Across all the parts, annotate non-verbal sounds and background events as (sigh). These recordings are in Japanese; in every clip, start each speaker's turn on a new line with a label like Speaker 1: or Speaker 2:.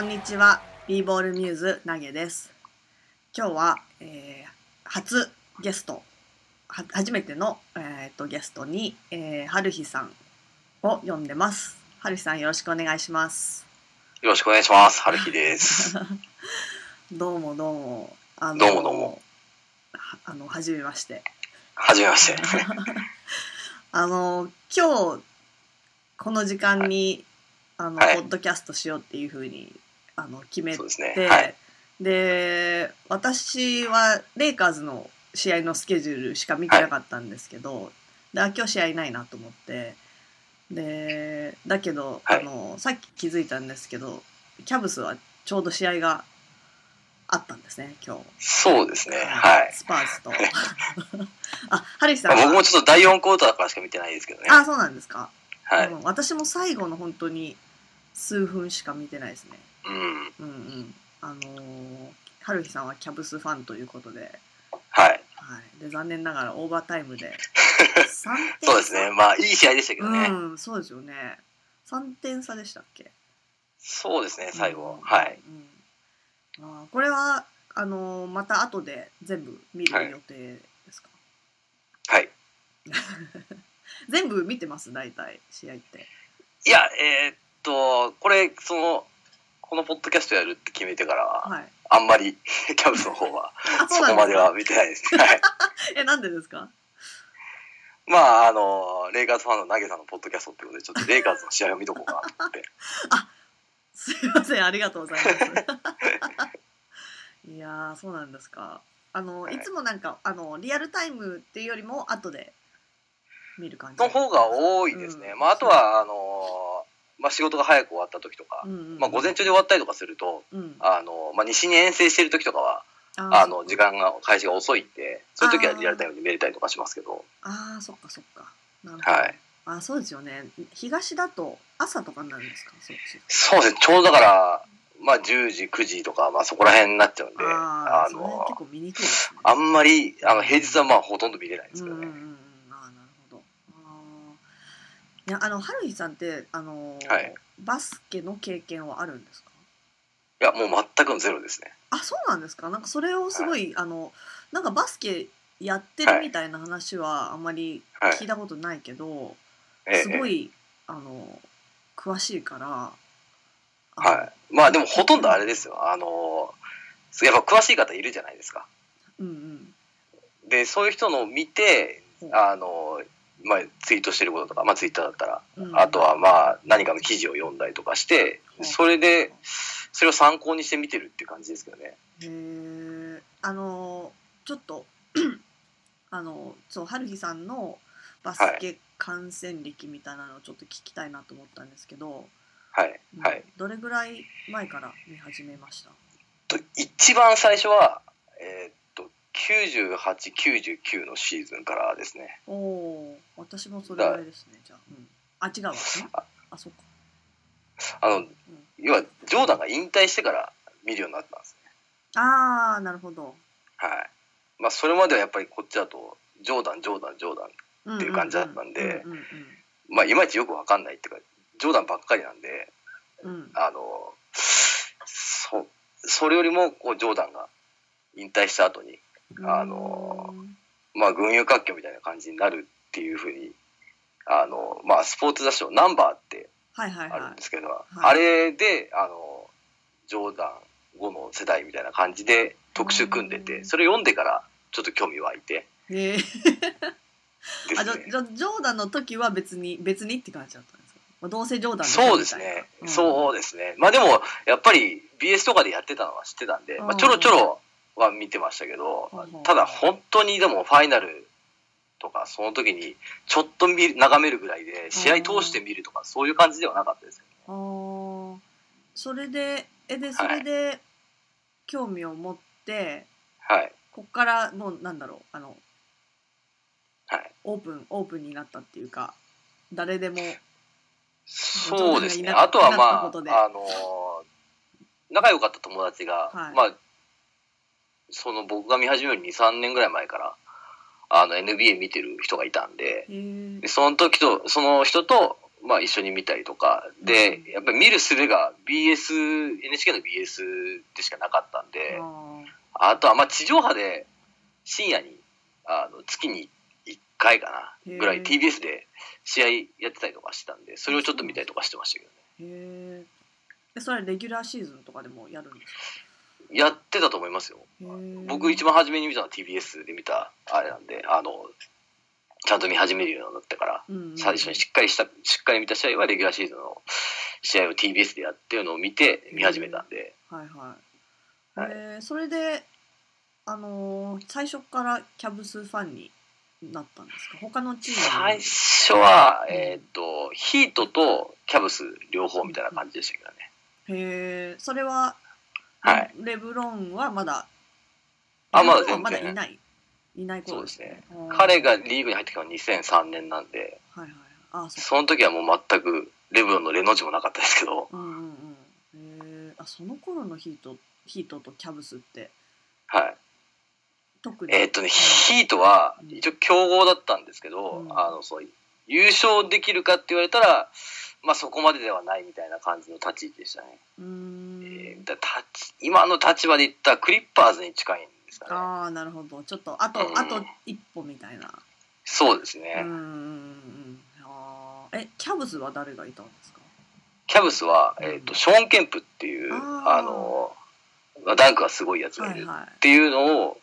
Speaker 1: んにちは。b ボールミューズなげです。今日は、えー初ゲスト、は初めての、えー、とゲストに、えー、はるひさんを呼んでます。はるひさんよろしくお願いします。
Speaker 2: よろしくお願いします。はるき (laughs) です。
Speaker 1: どうもどうも。あの
Speaker 2: どうもどうも。
Speaker 1: はあの、はじめま
Speaker 2: (laughs)
Speaker 1: して。
Speaker 2: はじめまして。
Speaker 1: あの、今日、この時間に、あの、
Speaker 2: はい
Speaker 1: ポッドキャストしようっていうふうに、あの、決め
Speaker 2: そうですね。
Speaker 1: で,、
Speaker 2: はい。
Speaker 1: で私はレイカーズの試合のスケジュールしか見てなかったんですけど、であ今日試合ないなと思ってでだけど、
Speaker 2: はい
Speaker 1: あのさっき気づいたんですけどキャブスはちょうど試合があったんですね今日、
Speaker 2: そうですね。はい。
Speaker 1: スパーズと (laughs) あハリーさ
Speaker 2: ま
Speaker 1: ん
Speaker 2: あ、僕も
Speaker 1: は
Speaker 2: ちょっと第4クォーターからしか見てないですけどね。
Speaker 1: あそうなんですか、
Speaker 2: はい。
Speaker 1: うん私も最後の本当に数分しか見てないですね
Speaker 2: うん。
Speaker 1: うんうんあのー、はるひさんはキャブスファンということで,、
Speaker 2: はい。
Speaker 1: はい、で残念ながらオーバータイム
Speaker 2: (laughs)
Speaker 1: で3点差
Speaker 2: そうですね。まあ、いい試合でしたけどね。
Speaker 1: うんそうですよね3点差でしたっけ
Speaker 2: そうですね、最後。はい。、
Speaker 1: うんうんあーこれはあのーまた後で全部見る予定ですか、
Speaker 2: はい。
Speaker 1: 全部見てます大体試合って
Speaker 2: いや、えーっと、これ、その、このポッドキャストやるって決めてからは、
Speaker 1: はい
Speaker 2: あんまり (laughs) キャブスの方は、
Speaker 1: あ
Speaker 2: そこまで
Speaker 1: か
Speaker 2: は見てないですね。はい。
Speaker 1: えなんでですか
Speaker 2: まあ、あの、レイカーズファンのナゲさんのポッドキャストってことで、ちょっとレイカーズの試合を見とこうかなと思って。
Speaker 1: すいません、ありがとうござい
Speaker 2: (laughs)
Speaker 1: ます。いやー、そうなんですか。あの、
Speaker 2: はい
Speaker 1: い、つもなんか、あの、リアルタイムっていうよりも、後で。見る感じ。
Speaker 2: の方が多いですね。
Speaker 1: うん
Speaker 2: まあ、あとは、あのーまあ、仕事が早く終わった時とか、
Speaker 1: うんうん、
Speaker 2: まあ、午前中で終わったりとかすると、
Speaker 1: うん、
Speaker 2: あのまあ、西に遠征してる時とかは、
Speaker 1: あー
Speaker 2: あの、時。間が、開始が遅いって、そういう時はリアルタイムで見れたりとかしますけど、
Speaker 1: ああ、そっか、そっか。なるほど。
Speaker 2: はい。
Speaker 1: あー、そうですよね。東だと、朝とかになるんですか。そっち。
Speaker 2: そうですね、ちょうどだから、まあ、10時、9時とか、まあ、そこら辺になっちゃうんで、
Speaker 1: あ
Speaker 2: あ
Speaker 1: あ、それ
Speaker 2: の
Speaker 1: 結構見にくいですね。
Speaker 2: あんまり、あの、平日はまあ、ほとんど見れないです
Speaker 1: う
Speaker 2: け
Speaker 1: んう
Speaker 2: ど
Speaker 1: んうん
Speaker 2: ね。
Speaker 1: うん、ああなるほど。あーいやあの春日さんってあのー
Speaker 2: はい
Speaker 1: バスケの経験はあるんですか？
Speaker 2: いや、もう全くのゼロですね。
Speaker 1: あそうなんですかなんかそれをすごい、あのなんかバスケやってるみたいな話はあんまり
Speaker 2: はい
Speaker 1: 聞いたことないけど、
Speaker 2: ええ
Speaker 1: すごいあの詳しいからあの
Speaker 2: はい。まあ、でも、ほとんどあれですよ。あのーやっぱ詳しい方いるじゃないですか。
Speaker 1: うんうん
Speaker 2: でそういう人のを見て
Speaker 1: ほう
Speaker 2: あの、まあ、ツイートしてることとか、まあ、ツイッターだったら、
Speaker 1: うん
Speaker 2: あとはまあ何かの記事を読んだりとかして
Speaker 1: ほう
Speaker 2: それでそれを参考にして見てるっていう感じですけどね
Speaker 1: へえあのちょっと (clears throat) あのそう春日さんのバスケ観戦歴みたいなのをちょっと聞きたいなと思ったんですけど、
Speaker 2: はい
Speaker 1: うん
Speaker 2: はい、
Speaker 1: どれぐらい前から見始めました
Speaker 2: と一番最初はえーっと9899のシーズンからですね
Speaker 1: おお、私もそれぐらいですね。じゃあ、うん、あ、違うわ。ん
Speaker 2: あ
Speaker 1: あ、そうか。
Speaker 2: あの要はジョーダンが引退してから見るようになったんですね
Speaker 1: ああ、なるほど。
Speaker 2: はいまあそれまではやっぱりこっちだとジョーダンジョーダンジョーダン
Speaker 1: っ
Speaker 2: っていう感じだったんで
Speaker 1: うんうん
Speaker 2: まあいまいちよくわかんないっていうかジョーダンばっかりなんで
Speaker 1: うんうん。
Speaker 2: あの、そ、それよりも、こう、ジョーダンが引退した後に、
Speaker 1: うん
Speaker 2: あのまあ、群雄割拠みたいな感じになるっていうふうに、あの、まあ、スポーツ雑誌のナンバーって
Speaker 1: はいはい
Speaker 2: あるん
Speaker 1: は
Speaker 2: ですけど、
Speaker 1: い
Speaker 2: あれで、あの、ジョーダン後の世代みたいな感じで特集組んで
Speaker 1: う
Speaker 2: て、
Speaker 1: ん
Speaker 2: それ読んでから、ちょっと興味湧いて
Speaker 1: い。へえ。
Speaker 2: で
Speaker 1: あ、じゃ
Speaker 2: すね。
Speaker 1: じゃジョーダンの時は別に別にって感じだったんですか。まあ、どうせジョーダン
Speaker 2: そうですね、そう
Speaker 1: う。
Speaker 2: ですね。まあでも、やっぱり BS とかでやってたのは知ってたんで、まあ、ちょろちょろは見てましたけど、
Speaker 1: うん
Speaker 2: ただ本当にでもファイナルとかその時にちょっと見る眺めるぐらいで試合通して見るとかそういう感じではなかったですよね
Speaker 1: あーそれで、えでそれで興味を持って、
Speaker 2: はい
Speaker 1: こっからもうなんだろうあの
Speaker 2: はい
Speaker 1: オープンオープンになったっていうか誰でも
Speaker 2: そうですね
Speaker 1: 冗談がいなく
Speaker 2: あとは
Speaker 1: な
Speaker 2: ま
Speaker 1: った
Speaker 2: あ
Speaker 1: ことで
Speaker 2: あのー仲良かった友達が、
Speaker 1: はい
Speaker 2: まあその僕が見始める23年ぐらい前からあの NBA 見てる人がいたん
Speaker 1: へ
Speaker 2: で
Speaker 1: え
Speaker 2: でその時とその人とまあ一緒に見たりとか、で、やっぱり見るすべが BS、NHK の BS でしかなかったんで、
Speaker 1: あ
Speaker 2: あとはまあ地上波で深夜に、あの月に1回かな、ぐら
Speaker 1: へ
Speaker 2: い
Speaker 1: ー
Speaker 2: TBS で試合やってたりとかしてたんで、それをちょっと見たりとかしてましたけどね。
Speaker 1: ーへえそれはレギュラーシーズンとかでもやるんですか
Speaker 2: やってたと思いますよ。僕一
Speaker 1: 番
Speaker 2: 番初めに見たのは TBS で見たあれなんで、あの、ちゃんと見始めるようになってから、最初にしっかりした、しっかり見た試合はレギュラーシーズンの試合を TBS でやってるのを見て見始めたんで、
Speaker 1: はいはい。
Speaker 2: はい
Speaker 1: えーそれで、あのー最初からキャブスファンになったんですか他のチーム
Speaker 2: 最
Speaker 1: に
Speaker 2: 初は、
Speaker 1: うん
Speaker 2: えっ、と、ヒートとキャブス両方みたいな感じでしたけどね。
Speaker 1: へーそれは、
Speaker 2: はい
Speaker 1: レブロンはまだ、
Speaker 2: あまだ
Speaker 1: レブロンは
Speaker 2: 全然
Speaker 1: いない。いない頃ですね。
Speaker 2: 彼がリーグに入ってきたのは2003年なんで、
Speaker 1: あーはいはい。あー、そっか
Speaker 2: その時はもう全くレブロンのレの字もなかったですけど、
Speaker 1: うんうんうん。へーあ、その頃のヒート、ヒートとキャブスって、
Speaker 2: はい。
Speaker 1: 特に。
Speaker 2: えーっとね、ヒートは
Speaker 1: うん
Speaker 2: 一応強豪だったんですけど、
Speaker 1: うん
Speaker 2: あのそう優勝できるかって言われたら、まあ、そこまでではないみたいな感じの立ち位置でしたね、
Speaker 1: うーん。
Speaker 2: えーだ立ち今の立場で言ったらクリッパーズに近いんですかね
Speaker 1: ああ、なるほど。ちょっと、あと、
Speaker 2: うん
Speaker 1: あと一歩みたいな。
Speaker 2: そうです
Speaker 1: う
Speaker 2: ね、
Speaker 1: んうんうんあーえキャブスは誰がいたんですか
Speaker 2: キャブスは、
Speaker 1: うん
Speaker 2: えーっとショーン・ケンプっていう
Speaker 1: あー
Speaker 2: あの、まあ、ダンクがすごいやつがい
Speaker 1: は
Speaker 2: る
Speaker 1: い
Speaker 2: っ
Speaker 1: はい
Speaker 2: ていうのを、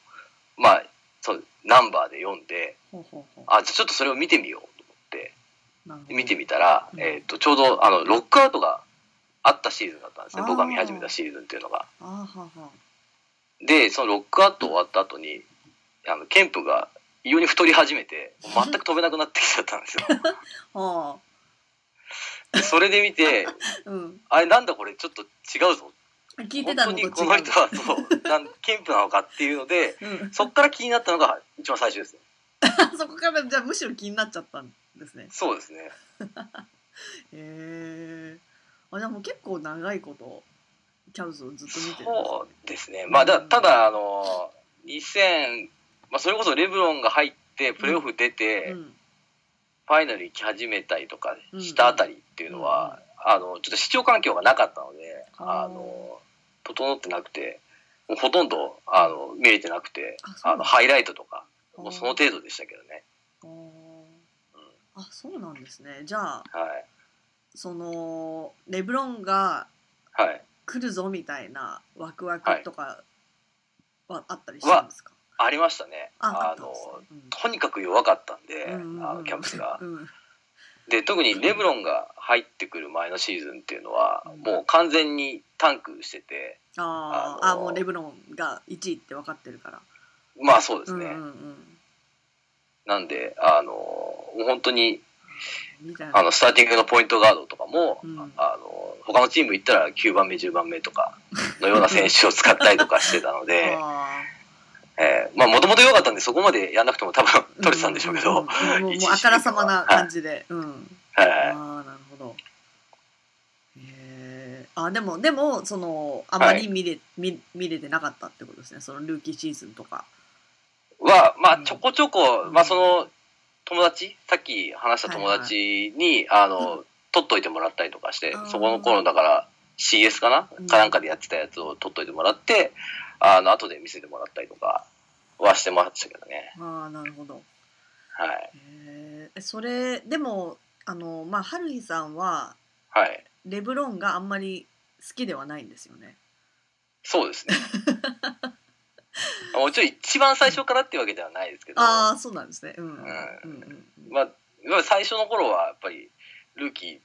Speaker 2: まあそうナンバーで読んで
Speaker 1: ほうほうほ
Speaker 2: あじゃあちょっとそれを見てみようと思って
Speaker 1: うなるほど
Speaker 2: 見てみたら、
Speaker 1: うん
Speaker 2: えー、とちょうどあのロックアウトがあったシーズンだったんですね
Speaker 1: あー
Speaker 2: 僕が見始めたシーズンっていうのが。
Speaker 1: あーはーは
Speaker 2: でそのロックアウト終わった後にあのケンプが異様に太り始めて全く飛べなくなってきちゃったんですよ。
Speaker 1: (laughs) ーは
Speaker 2: でそれで見て
Speaker 1: ーうん
Speaker 2: あれなんだこれちょっと違うぞ
Speaker 1: 聞いて
Speaker 2: 本
Speaker 1: た
Speaker 2: 当
Speaker 1: のと違
Speaker 2: に
Speaker 1: う
Speaker 2: この人はそうなんケンプなのかっていうので
Speaker 1: うん、 (laughs)
Speaker 2: そっから気になったのが一番最初ですね。
Speaker 1: そこからじゃあむしろ気になっちゃったんですね
Speaker 2: そうですね
Speaker 1: へえあじゃあもう結構長いことキャブスをずっと見てるんですね
Speaker 2: そうですね、まあ、だただ、あの2000、まあ、それこそレブロンが入って、プレーオフ出て、
Speaker 1: うん
Speaker 2: ファイナル行き始めたりとかしたあたりっていうのは、あのちょっと視聴環境がなかったので、
Speaker 1: あー
Speaker 2: あの整ってなくて、もうほとんどあの見れてなくて、
Speaker 1: あそう
Speaker 2: あのハイライトとか、
Speaker 1: あー
Speaker 2: もうその程度でしたけどね。
Speaker 1: あーあそうなんですねじゃあ
Speaker 2: はい
Speaker 1: そのレブロンが
Speaker 2: はい、
Speaker 1: 来るぞみたいなワクワクとかはあったりしたんですか、
Speaker 2: ありましたね。
Speaker 1: あ
Speaker 2: あ
Speaker 1: あったん
Speaker 2: の
Speaker 1: ですねうん
Speaker 2: とにかく弱かったんで、
Speaker 1: うんうんうん
Speaker 2: あのキャンプスが。
Speaker 1: うん
Speaker 2: で特にレブロンが入ってくる前のシーズンっていうのは、
Speaker 1: うん
Speaker 2: もう完全にタンクしてて
Speaker 1: あー
Speaker 2: あのー
Speaker 1: あもうレブロンが1位って分かってるから
Speaker 2: まあそうですね、
Speaker 1: うんうんうん
Speaker 2: なんであのもう本当に
Speaker 1: みたい
Speaker 2: あ
Speaker 1: な
Speaker 2: のスターティングのポイントガードとかも、
Speaker 1: うん
Speaker 2: あの他のチーム行ったら9番目10番目とかのような選手を使ったりとかしてたの
Speaker 1: (laughs)
Speaker 2: で
Speaker 1: あ
Speaker 2: えーまあもともと弱かったんでそこまでやんなくても多分
Speaker 1: ー
Speaker 2: 取れてたんでしょうけ
Speaker 1: ん
Speaker 2: ど、
Speaker 1: んもうもう
Speaker 2: 一時期 (laughs) は
Speaker 1: あからさまな感じで、うん
Speaker 2: はい
Speaker 1: ああなるほどへーあでもでもそのあまり見れ,、見見れてなかったってことですねそのルーキーシーズンとか
Speaker 2: は、まあ、
Speaker 1: うん
Speaker 2: ちょこちょこ、
Speaker 1: うん
Speaker 2: まあ、その友達さっき話した友達に、あの取っといてもらったりとかして
Speaker 1: あー
Speaker 2: そこの頃だから CS かな、
Speaker 1: うん
Speaker 2: かなんかでやってたやつを取っといてもらってあの後で見せてもらったりとかはしてましたけどね
Speaker 1: ああなるほど
Speaker 2: はい
Speaker 1: へえそれでもあのまあはるひさんは
Speaker 2: はい
Speaker 1: レブロンがあんまり好きではないんですよね。
Speaker 2: そうで
Speaker 1: (laughs)
Speaker 2: すねもちろん一番最初からっていうわけではないですけど
Speaker 1: ああそうなんですね。うんうん
Speaker 2: ん
Speaker 1: うんうん。
Speaker 2: まあまあ最初の頃はやっぱりルーキー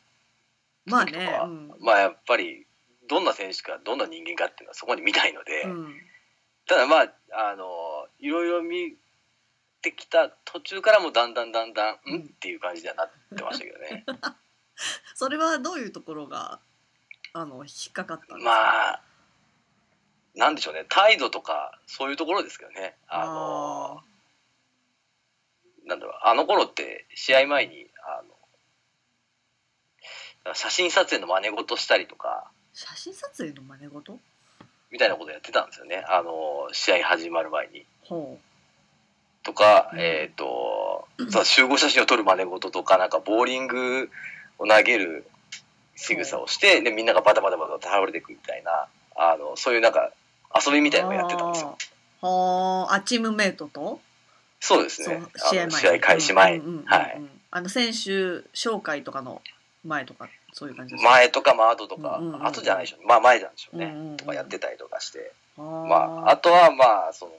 Speaker 1: まあ
Speaker 2: と
Speaker 1: ね。
Speaker 2: か
Speaker 1: うん
Speaker 2: まあやっぱりどんな選手かどんな人間かっていうのはそこに見たいので、
Speaker 1: うん
Speaker 2: ただまああのいろいろ見てきた途中からもだんだんだんだん、
Speaker 1: うん
Speaker 2: んっていう感じにはなってましたけ
Speaker 1: (laughs)
Speaker 2: どね
Speaker 1: それはどういうところがあの引っかかったんですか。
Speaker 2: まあなんでしょうね態度とかそういうところですけどねあのなんだろうあの頃って試合前にあの写真撮影の真似事したりとか
Speaker 1: 写真撮影の真似事？
Speaker 2: みたいなことやってたんですよねあの試合始まる前に。
Speaker 1: ほ
Speaker 2: とか、
Speaker 1: うん
Speaker 2: えっ、と、さ集合写真を撮る真似事とか、なんかボーリングを投げる仕草をして、でみんながバタバタバタと倒れていくみたいなあのそういうなんか遊びみたいなのをやってたんですよ。
Speaker 1: あーはーあチームメイトと
Speaker 2: そうです
Speaker 1: そう
Speaker 2: ねあの試
Speaker 1: 前
Speaker 2: 合開始前、
Speaker 1: うんうんうんうん
Speaker 2: はい
Speaker 1: あの選手紹介とかの前とかそういう感じですか
Speaker 2: 前とかまあ後とか、
Speaker 1: うんうんうん
Speaker 2: 後じゃないでしょうまあ前なんでしょうね、
Speaker 1: うんうんうん
Speaker 2: とかやってたりとかして、
Speaker 1: あ
Speaker 2: まああ
Speaker 1: あ、
Speaker 2: とはまあその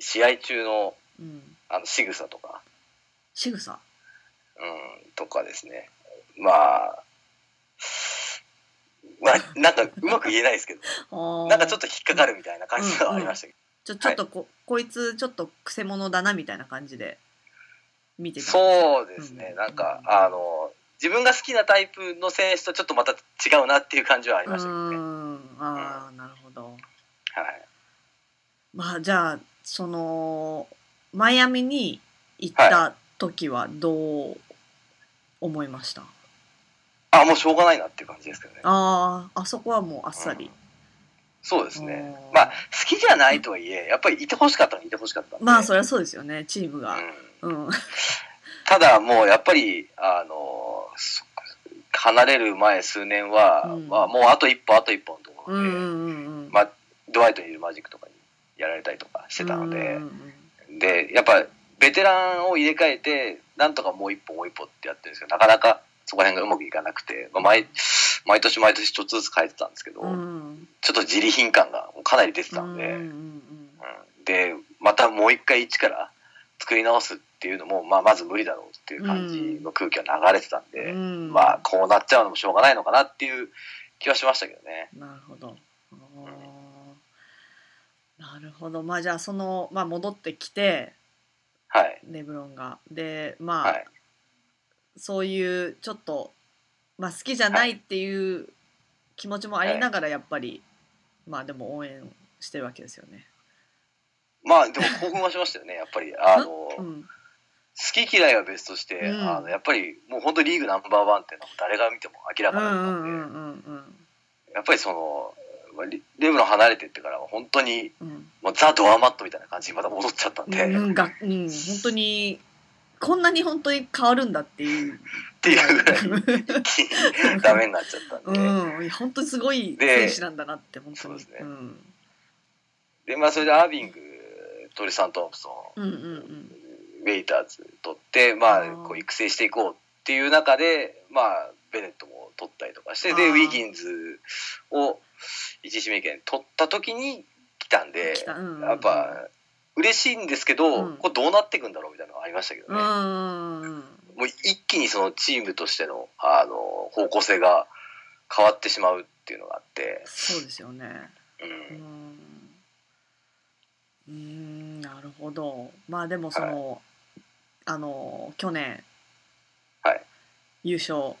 Speaker 2: 試合中の
Speaker 1: うん、
Speaker 2: あの仕草とか、
Speaker 1: 仕草
Speaker 2: うん、とかですねまあまあなんかうまく言えない
Speaker 1: (laughs)
Speaker 2: ですけどな
Speaker 1: なん
Speaker 2: かちょっと引っかかるみたいな感じがありましたけど、
Speaker 1: ちょちょっとこ、こいつちょっとくせ者だなみたいな感じで見てた
Speaker 2: そうですね、
Speaker 1: うん
Speaker 2: なんかあの自分が好きなタイプの選手とちょっとまた違うなっていう感じはあり
Speaker 1: う
Speaker 2: ましたけどね、
Speaker 1: ー
Speaker 2: は
Speaker 1: んああなるほど
Speaker 2: い、
Speaker 1: まあじゃあそのマイアミに行った時はどう思いました、
Speaker 2: あもうしょうがないなっていう感じですけどね
Speaker 1: あああそこはもうあっさ
Speaker 2: う
Speaker 1: り
Speaker 2: ん、そうですね
Speaker 1: おー
Speaker 2: まあ好きじゃないとはいえやっぱりいてほしかったのはいてほしかったんで
Speaker 1: まあそりゃそうですよねチームが
Speaker 2: うん
Speaker 1: うん、
Speaker 2: ただもうやっぱりあのそ離れる前数年は、
Speaker 1: うん
Speaker 2: まあ、もうあと一歩あと一歩のとこ
Speaker 1: う
Speaker 2: ろで、
Speaker 1: んうんうんうん
Speaker 2: まあ、ドワイトにいるマジックとかにやられたりとかしてたので
Speaker 1: うんう、んうん
Speaker 2: でやっぱベテランを入れ替えてなんとかもう一歩もう一歩ってやってるんですけどなかなかそこら辺がうまくいかなくて、まあ、毎毎年毎年ちょっとずつ変えてたんですけど、
Speaker 1: うん
Speaker 2: ちょっと自利品感がかなり出てたんで、
Speaker 1: うんうん
Speaker 2: うんでまたもう一回一から作り直すっていうのも、まあ、まず無理だろうっていう感じの空気が流れてたん
Speaker 1: うん
Speaker 2: で、
Speaker 1: うん
Speaker 2: まあこうなっちゃうのもしょうがないのかなっていう気はしましたけどね。
Speaker 1: なるほど。あーなるほど。まあじゃあその、まあ、戻ってきて
Speaker 2: はい、
Speaker 1: レブロンが。でまあ、
Speaker 2: はい、
Speaker 1: そういうちょっと、まあ、好きじゃないっていう気持ちもありながらやっぱり、まあでも応援してるわけですよね。
Speaker 2: まあでも興奮はしましたよねやっぱりあ
Speaker 1: う
Speaker 2: の、好
Speaker 1: ん、
Speaker 2: き嫌いは別として、
Speaker 1: うん
Speaker 2: あのやっぱりもう本当リーグナンバーワンっていうのは誰が見ても明ら
Speaker 1: う
Speaker 2: かだった
Speaker 1: ん
Speaker 2: ん
Speaker 1: う
Speaker 2: で、
Speaker 1: んうんうん
Speaker 2: やっぱりそのまあリレブロン離れてってからは本当に
Speaker 1: うん
Speaker 2: もうザ・ドアマットみたいな感じにまた戻っちゃったんで、
Speaker 1: う
Speaker 2: っ
Speaker 1: んがうん本当にこんなに本当に変わるんだっていう。
Speaker 2: ていう
Speaker 1: (laughs)
Speaker 2: ぐらいダメになっちゃったんで。
Speaker 1: うん、本当にすごい
Speaker 2: で
Speaker 1: 選手なんだなって本当
Speaker 2: そう
Speaker 1: に。
Speaker 2: ですね
Speaker 1: ん
Speaker 2: でまあそれでアービングトリサン・トンプソ
Speaker 1: うんうんうん
Speaker 2: ンウェイターズ取ってまあ
Speaker 1: あー
Speaker 2: こう育成していこうっていう中でまあベネットも取ったりとかして
Speaker 1: あ
Speaker 2: で
Speaker 1: ー
Speaker 2: ウィギンズを一指名権取った時に来たんで
Speaker 1: 来たうんうんうん
Speaker 2: やっぱ嬉しいんですけど、
Speaker 1: うん
Speaker 2: これどうなっていくんだろうみたいなのがありましたけど
Speaker 1: う
Speaker 2: ね、
Speaker 1: んうんうん
Speaker 2: もう一気にそのチームとしてのあの方向性が変わってしまうっていうのがあって、
Speaker 1: そうですよね。
Speaker 2: うん
Speaker 1: うん。うーん、なるほど。まあでもその、あの去年、
Speaker 2: はい
Speaker 1: 優勝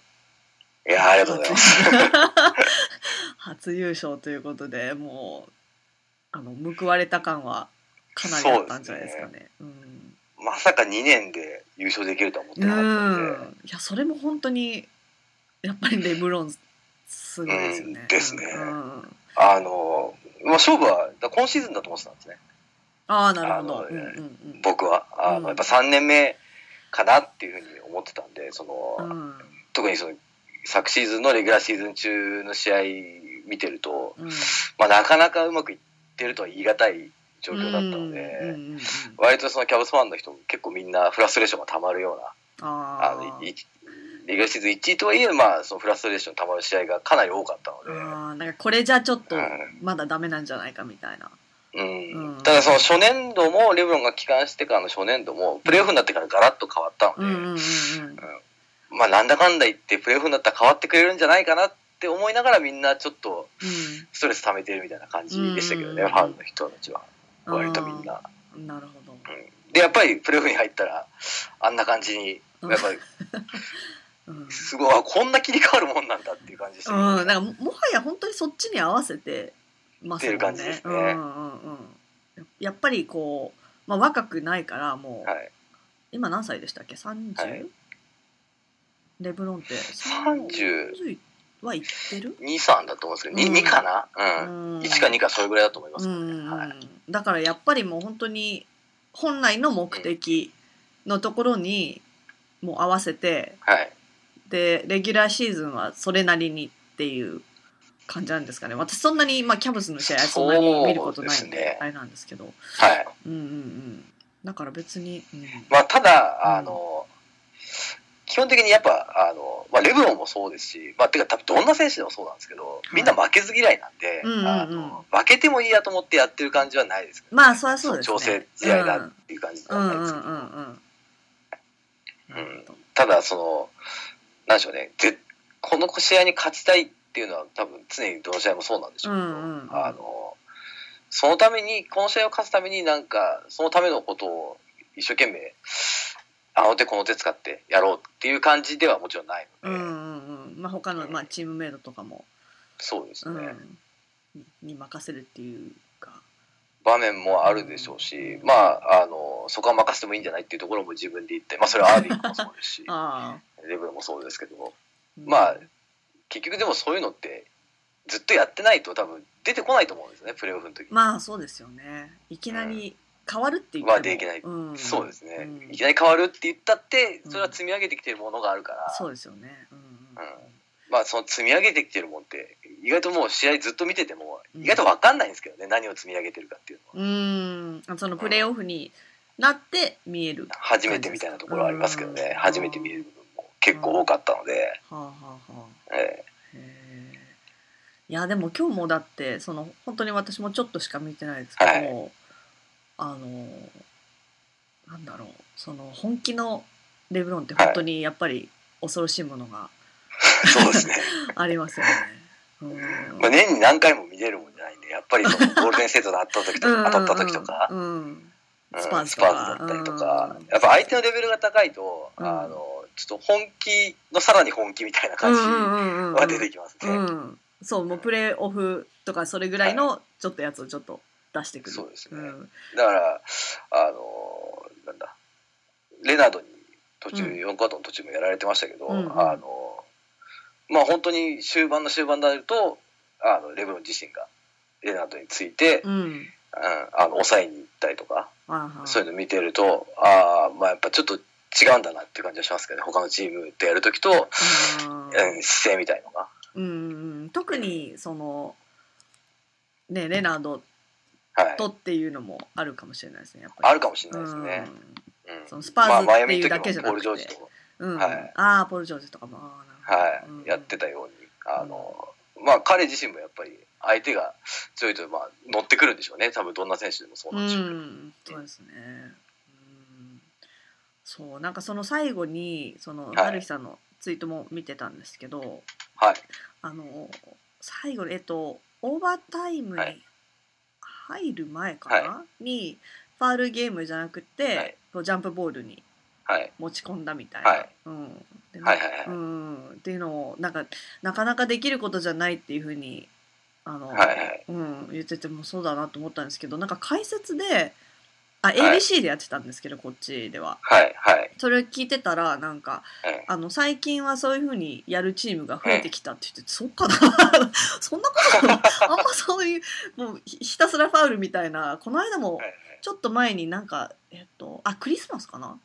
Speaker 2: いやーありがとうございます。
Speaker 1: (laughs) 初優勝ということで、もうあの報われた感はかなりあったんじゃないですかね。うん
Speaker 2: まさか2年で優勝できるとは思って
Speaker 1: う
Speaker 2: なかったん
Speaker 1: ん、
Speaker 2: で。
Speaker 1: いやそれも本当にやっぱりレブロンすごいですよね。
Speaker 2: うんですね
Speaker 1: うんうん
Speaker 2: あの、まあ、勝負はだ今シーズンだと思ってたんですね、
Speaker 1: ああなるほど。
Speaker 2: あの
Speaker 1: うんうんうん
Speaker 2: 僕は。あ
Speaker 1: うん
Speaker 2: のやっぱ3年目かなっていうふうに思ってたんで、その、
Speaker 1: うん
Speaker 2: 特にその昨シーズンのレギュラーシーズン中の試合見てると、
Speaker 1: うん
Speaker 2: まあ、なかなかうまくいってるとは言い難い状況だったので、
Speaker 1: うんうんうんうん
Speaker 2: 割とそのキャブスファンの人も結構みんなフラストレーションがたまるような、あ
Speaker 1: あ
Speaker 2: の
Speaker 1: ー
Speaker 2: いレギュラーシーズン1位とはいえ、まあ、そのフラストレーションたまる試合がかなり多かったので。
Speaker 1: あーなんかこれじゃちょっと
Speaker 2: うん
Speaker 1: まだダメなんじゃないかみたいな。
Speaker 2: うん
Speaker 1: うん
Speaker 2: ただその初年度もレブロンが帰還してからの初年度もプレーオフになってからガラッと変わった
Speaker 1: う
Speaker 2: の
Speaker 1: ん
Speaker 2: で、
Speaker 1: うんうんうん
Speaker 2: まあなんだかんだ言ってプレーオフになったら変わってくれるんじゃないかなって思いながらみんなちょっとストレス溜めてるみたいな感じでしたけどね、
Speaker 1: うん
Speaker 2: ファンの人たちは
Speaker 1: うん。
Speaker 2: 割とみんな。
Speaker 1: あー。なるほど。
Speaker 2: でやっぱりプレーオフに入ったらあんな感じに
Speaker 1: うん
Speaker 2: やっぱり
Speaker 1: うん。
Speaker 2: すごいあこんな切り替わるもんなんだっていう感じでした
Speaker 1: う
Speaker 2: けどね、
Speaker 1: ん、なんかもはや本当にそっちに合わせてます
Speaker 2: っていう感じですね
Speaker 1: うんうんうん、やっぱりこう、まあ、若くないからもう、
Speaker 2: はい、
Speaker 1: 今何歳でしたっけ 30?、
Speaker 2: はい
Speaker 1: レブロンって
Speaker 2: 30
Speaker 1: 30はいってる
Speaker 2: 23だと思うんですけど 2,
Speaker 1: うん
Speaker 2: 2かな、うん
Speaker 1: うん
Speaker 2: 1か2かそれぐらいだと思いま
Speaker 1: う
Speaker 2: すけ
Speaker 1: んう
Speaker 2: どね、
Speaker 1: んうん
Speaker 2: はい、
Speaker 1: だからやっぱりもう本当に本来の目的のところにもう合わせて
Speaker 2: はい、
Speaker 1: でレギュラーシーズンはそれなりにっていう感じなんですかね私そんなに、まあ、キャブスの試合そんなに見ることないんで
Speaker 2: そうですね
Speaker 1: あれなんですけど、
Speaker 2: はい。
Speaker 1: うんうんうん、だから別に、うん
Speaker 2: まあ、ただ、あの、基本的にやっぱ、あの、まあ、レブロンもそうですし、まあ、てか多分どんな選手でもそうなんですけど、みんな負けず嫌いなんで、
Speaker 1: うんうんうん
Speaker 2: あの負けてもいいやと思ってやってる感じはないですけど、
Speaker 1: まあそりゃそうですね
Speaker 2: 調整試合だっていう感じで
Speaker 1: う
Speaker 2: は
Speaker 1: ん
Speaker 2: ない
Speaker 1: うん
Speaker 2: で
Speaker 1: うんう
Speaker 2: す
Speaker 1: ん
Speaker 2: けど、
Speaker 1: なるほど
Speaker 2: ただ、その、なんでしょうね、ぜこの試合に勝ちたいっていうのは多分常にどの試合もそうなんでしょうけど、
Speaker 1: うんうんうん
Speaker 2: あの、そのために、この試合を勝つためになんか、そのためのことを一生懸命、あの手この手使ってやろうっていう感じではもちろんないの
Speaker 1: う
Speaker 2: で、
Speaker 1: んうんうんまあ他の、まあ、チームメイトとかも、
Speaker 2: そうです
Speaker 1: うん、
Speaker 2: ね、
Speaker 1: にに任せるっていうか、
Speaker 2: 場面もあるでしょうし、まあ、あの、そこは任せてもいいんじゃないっていうところも自分で言って、まあ、それはアービーもそうですし
Speaker 1: ああ、
Speaker 2: レブロンもそうですけども、
Speaker 1: うん
Speaker 2: まあ結局でもそういうのってずっとやってないと多分出てこないと思うんですねプレーオフの時に、
Speaker 1: まあそうですよねいきなり変わるって言っても
Speaker 2: まあできない
Speaker 1: うん
Speaker 2: そうですね、
Speaker 1: うん
Speaker 2: いきなり変わるって言ったってそれは積み上げてきてるものがあるから、
Speaker 1: そうですよねうん
Speaker 2: まあその積み上げてきてるもんって意外ともう試合ずっと見てても
Speaker 1: うん
Speaker 2: 意外と分かんないんですけどね、何を積み上げてるかっていうのは
Speaker 1: うんうんあそのプレーオフになって見えるは
Speaker 2: 初めてみたいなところはありますけどね、
Speaker 1: うん
Speaker 2: 初めて見える部分も結構多かったので、
Speaker 1: あはあはあ
Speaker 2: ええ
Speaker 1: へえいやでも今日もだってその本当に私もちょっとしか見てないですけども、あのなんだろうその本気のレブロンって本当にやっぱり恐ろしいものが
Speaker 2: そうですね、
Speaker 1: ありますよね。うん
Speaker 2: まあ、年に何回も見れるもんじゃないんでやっぱりそのゴールデンセットで当たった時とか当たった時とか。
Speaker 1: うんうんうん
Speaker 2: うん
Speaker 1: スパーズ
Speaker 2: ス
Speaker 1: と
Speaker 2: パ
Speaker 1: か
Speaker 2: ーズだったりとか、
Speaker 1: うん
Speaker 2: やっぱ相手のレベルが高いと、
Speaker 1: うん
Speaker 2: あのちょっと本気のさらに本気みたいな感じは出てきますね。
Speaker 1: うんそうもうプレーオフとかそれぐらいのちょっとやつをちょっと出してくる。
Speaker 2: そうですね
Speaker 1: ん
Speaker 2: だからあのなんだレナードに途中、
Speaker 1: うん
Speaker 2: 4クォーターの途中もやられてましたけど、
Speaker 1: うんうん
Speaker 2: あのまあ本当に終盤の終盤になるとあのレブロン自身がレナードについて、うん
Speaker 1: うん
Speaker 2: あの抑えに行ったりとか、
Speaker 1: あーはー
Speaker 2: そういうの見てるとああまあやっぱちょっと違うんだなっていう感じがしますけどね他のチームでやるときと、
Speaker 1: あー
Speaker 2: うん、姿勢みたいのが。
Speaker 1: うん特にそのねレナード
Speaker 2: はい、
Speaker 1: とっていうのもあるかもしれないですねやっぱり
Speaker 2: あるかもしれないですね。うん
Speaker 1: そのスパーズ
Speaker 2: まあマイアミ
Speaker 1: っていうだけじゃなくて
Speaker 2: の時もポール・ジョージと、
Speaker 1: うん、うん
Speaker 2: はい
Speaker 1: ああポール・ジョージとかもあーなる
Speaker 2: は
Speaker 1: ほ
Speaker 2: い
Speaker 1: どうん
Speaker 2: やってたようにあの、まあ、彼自身もやっぱり相手が強いと、まあ、乗ってくるんでしょうね多分どんな選手でもそ
Speaker 1: う
Speaker 2: うなんでしょうけど、
Speaker 1: んそうですねうんそうなんかその最後にその
Speaker 2: い
Speaker 1: はるひさんのツイートも見てたんですけど
Speaker 2: はい
Speaker 1: あの最後にえっとオーバータイムに
Speaker 2: はい
Speaker 1: 入る前かな、にファールゲームじゃなくて、
Speaker 2: はい
Speaker 1: こうジャンプボールに
Speaker 2: はい
Speaker 1: 持ち込んだみたいな、
Speaker 2: はい
Speaker 1: うんで
Speaker 2: はいはいはい
Speaker 1: うん、っていうのをなんかなかなかできることじゃないっていうふうにあの、
Speaker 2: はいはい
Speaker 1: うん、言っててもそうだなと思ったんですけどなんか解説であ
Speaker 2: い
Speaker 1: ABC でやってたんですけど、こっちでは。
Speaker 2: はいはい
Speaker 1: それを聞いてたらなんか
Speaker 2: はい
Speaker 1: あの最近はそういうふうにやるチームが増えてきたって言って、そうかな (laughs) そんなことあんまそういうもうひひたすらファウルみたいなこの間も
Speaker 2: はい
Speaker 1: ちょっと前になんかえっとあクリスマスかな
Speaker 2: は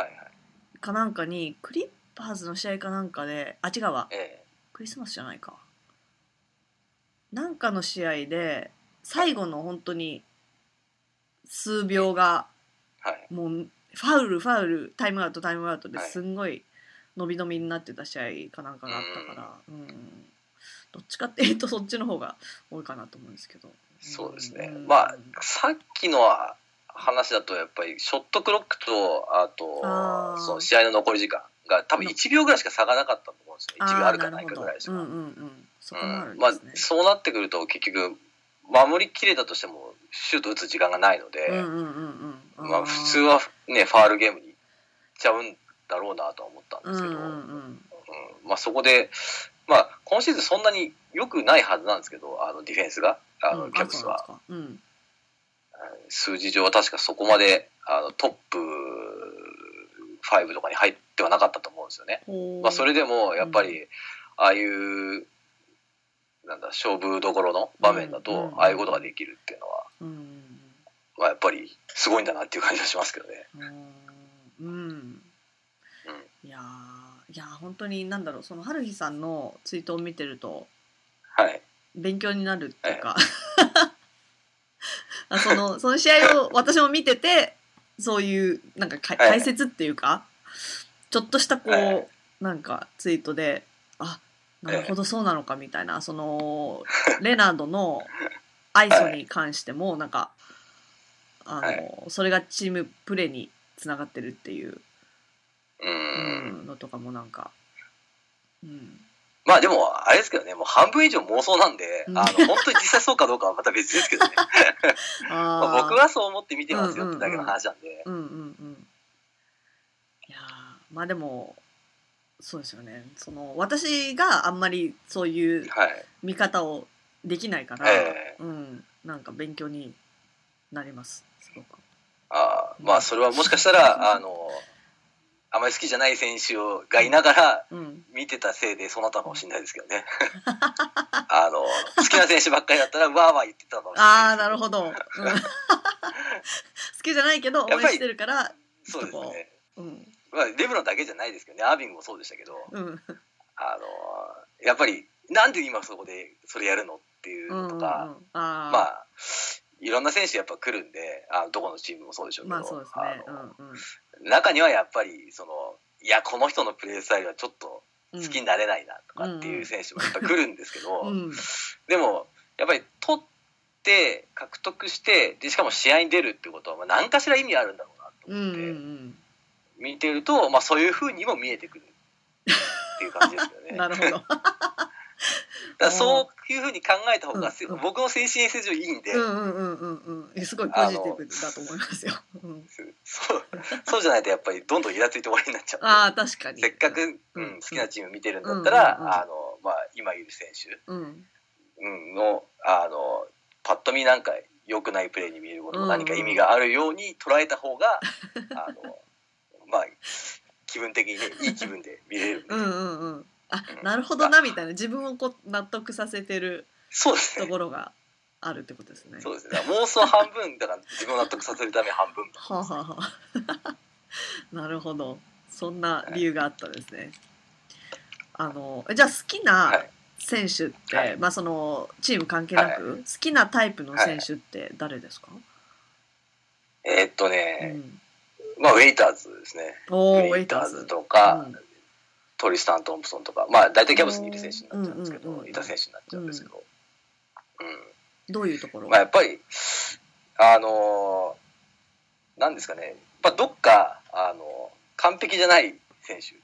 Speaker 2: いはい
Speaker 1: かなんかにクリッパーズの試合かなんかであ違うわ
Speaker 2: え
Speaker 1: クリスマスじゃないかなんかの試合で最後の本当に数秒が
Speaker 2: えはい
Speaker 1: もうファウルファウルタイムアウトタイムアウトで
Speaker 2: はい
Speaker 1: すんごい伸び伸びになってた試合かなんかがあったから、うん、どっちかっていうとそっちの方が多いかなと思うんですけど
Speaker 2: そうですね、
Speaker 1: ん
Speaker 2: まあさっきのは話だとやっぱりショットクロックとあと
Speaker 1: あー
Speaker 2: その試合の残り時間が多分1秒ぐらいしか差がなかったと思うんですよ
Speaker 1: ー
Speaker 2: 1秒あるかないかぐらいしか。
Speaker 1: なるほどうんうんうんそこもある
Speaker 2: うんん
Speaker 1: で
Speaker 2: ます
Speaker 1: ね
Speaker 2: あ、、そうなってくると結局守りきれたとしてもシュート打つ時間がないので、
Speaker 1: うんうんうんうん
Speaker 2: まあ、普通
Speaker 1: は
Speaker 2: はねファールゲームに行っちゃうんだろうなとは思ったん
Speaker 1: う
Speaker 2: で
Speaker 1: んう
Speaker 2: すけ
Speaker 1: ん
Speaker 2: ど、
Speaker 1: うん
Speaker 2: うんまあ、そこで、まあ、今シーズンそんなに良くないはずなんですけどあのディフェンスがあ
Speaker 1: う
Speaker 2: の
Speaker 1: ん
Speaker 2: キャブスは、。
Speaker 1: あそうなんですか
Speaker 2: 数字上は確かそこまであのトップ5とかに入ってはなかったと思うんですよね。
Speaker 1: うんほー
Speaker 2: まあ、それでもやっぱ
Speaker 1: う
Speaker 2: りああいうなんだ勝負どころの場面だ
Speaker 1: うんう
Speaker 2: と
Speaker 1: ん
Speaker 2: ああいうことができるっていうのは、
Speaker 1: うんうん
Speaker 2: まあ、やっぱりすごいんだなっていう感じがしますけどね。
Speaker 1: うんうんいやーいや本当に何だろうその春日さんのツイートを見てると
Speaker 2: はい。
Speaker 1: 勉強になるっていうか、 (laughs) あそのその試合を私も見ててそういうなんかか
Speaker 2: はい
Speaker 1: 解説っていうかちょっとしたこう、
Speaker 2: はい
Speaker 1: なんかツイートであなるほどそうなのかみたいなそのレナードの愛想に関してもなんかあの、
Speaker 2: は
Speaker 1: それがチームプレーにつながってるっていう、
Speaker 2: う
Speaker 1: うん
Speaker 2: ん。
Speaker 1: のとかもなんか、うん、
Speaker 2: まあでも、あれですけどね、もう半分以上妄想なんで、あ
Speaker 1: うん
Speaker 2: の、
Speaker 1: (laughs)
Speaker 2: 本当に実際そうかどうかはまた別ですけどね。
Speaker 1: あ
Speaker 2: ま
Speaker 1: ー
Speaker 2: あ僕はそう思って見てますよってだけの話なんで。
Speaker 1: うんうんうんいやーまあでもそうですよねその私があんまりそういう
Speaker 2: はい。
Speaker 1: 見方をできないから、
Speaker 2: え
Speaker 1: うんなんか勉強になりますすごく
Speaker 2: あーまあそれはもしかしたら、あの、あまり好きじゃない選手をがいながら
Speaker 1: うん
Speaker 2: 見てたせいでそうなったのかもしれないですけどね。 (laughs) あの、好きな選手ばっかりだったら、わーわー言ってたのかもしれないですけ
Speaker 1: ああなるほど、うん好きじゃないけど応援してるから
Speaker 2: そうですね。
Speaker 1: うん
Speaker 2: まあ、レブロンだけじゃないですけどね、アービングもそうでしたけど、
Speaker 1: うん
Speaker 2: あの、やっぱり、なんで今そこでそれやるのっていう
Speaker 1: うん
Speaker 2: の
Speaker 1: うんう
Speaker 2: と
Speaker 1: ん
Speaker 2: か、
Speaker 1: ああ
Speaker 2: まあ、いろんな選手やっぱ来るんで、あどこのチームもそうでしょうけど、
Speaker 1: まあそうですね
Speaker 2: あの
Speaker 1: うん
Speaker 2: 中にはやっぱり、その、いや、この人のプレースタイルはちょっと
Speaker 1: うん
Speaker 2: 好きになれないなとかっていう選手もやっぱ来るんですけど、
Speaker 1: うん
Speaker 2: でも、やっぱり取って、獲得してで、しかも試合に出るってことは、まあ、何かしら意味あるんだろうなと
Speaker 1: う
Speaker 2: 思
Speaker 1: ん
Speaker 2: っ
Speaker 1: う
Speaker 2: て。
Speaker 1: ん
Speaker 2: 見てると、まあ、そういうふうにも見えてくるっていう感じですよ
Speaker 1: う
Speaker 2: ね。
Speaker 1: ん
Speaker 2: だ
Speaker 1: (laughs) なるほど
Speaker 2: からそういうふうに考えた方が、
Speaker 1: うんうん
Speaker 2: 僕の精神衛生上いいんで、
Speaker 1: うんうんうんうんうんえすごいポジティブだと思いますよ。
Speaker 2: (laughs)
Speaker 1: うん
Speaker 2: そうそうじゃないとやっぱりどんどんイラついて終わりになっちゃ
Speaker 1: あ
Speaker 2: う
Speaker 1: あ確か
Speaker 2: ん
Speaker 1: に。
Speaker 2: で。せっか
Speaker 1: うん
Speaker 2: く、うん、好きなチーム見てるんだったら、
Speaker 1: うんうんうん
Speaker 2: あのまあ、今いる選手
Speaker 1: うん
Speaker 2: うんのあのパッと見なんか良くないプレーに見えることも何か意味があるように捉えた方が、 (laughs) あのまあ気分的にねいい気分で見れるんで、
Speaker 1: うんうんうんあ
Speaker 2: うん
Speaker 1: なるほどなみたいな自分をこう納得させてる
Speaker 2: そうです
Speaker 1: と
Speaker 2: ね
Speaker 1: ころがあるってことですね。
Speaker 2: そうですね。だから妄想半分だから自分を納得させるため半分。
Speaker 1: はあ、はあはあ、 (laughs) なるほどそんな理由があったんですね。あのえじゃあ好き
Speaker 2: は
Speaker 1: ない選手って、
Speaker 2: はい
Speaker 1: まあそのチーム関係なく、好きなタイプの選手って誰ですか？
Speaker 2: えーっと
Speaker 1: う
Speaker 2: ね、
Speaker 1: ん、
Speaker 2: まあウェイターズですね。
Speaker 1: おー
Speaker 2: ウェイターズと
Speaker 1: う
Speaker 2: か、
Speaker 1: ん
Speaker 2: トリスタン・トンプソンとか、まあ大体キャブスにいる選手になっちゃうんですけ
Speaker 1: うんうんうん
Speaker 2: ど、
Speaker 1: うん
Speaker 2: いた選手になっちゃうんですけど、う
Speaker 1: どういうところ
Speaker 2: ん。まあやっぱりあのーなんですかね、まあどっかあのー完璧じゃない選手、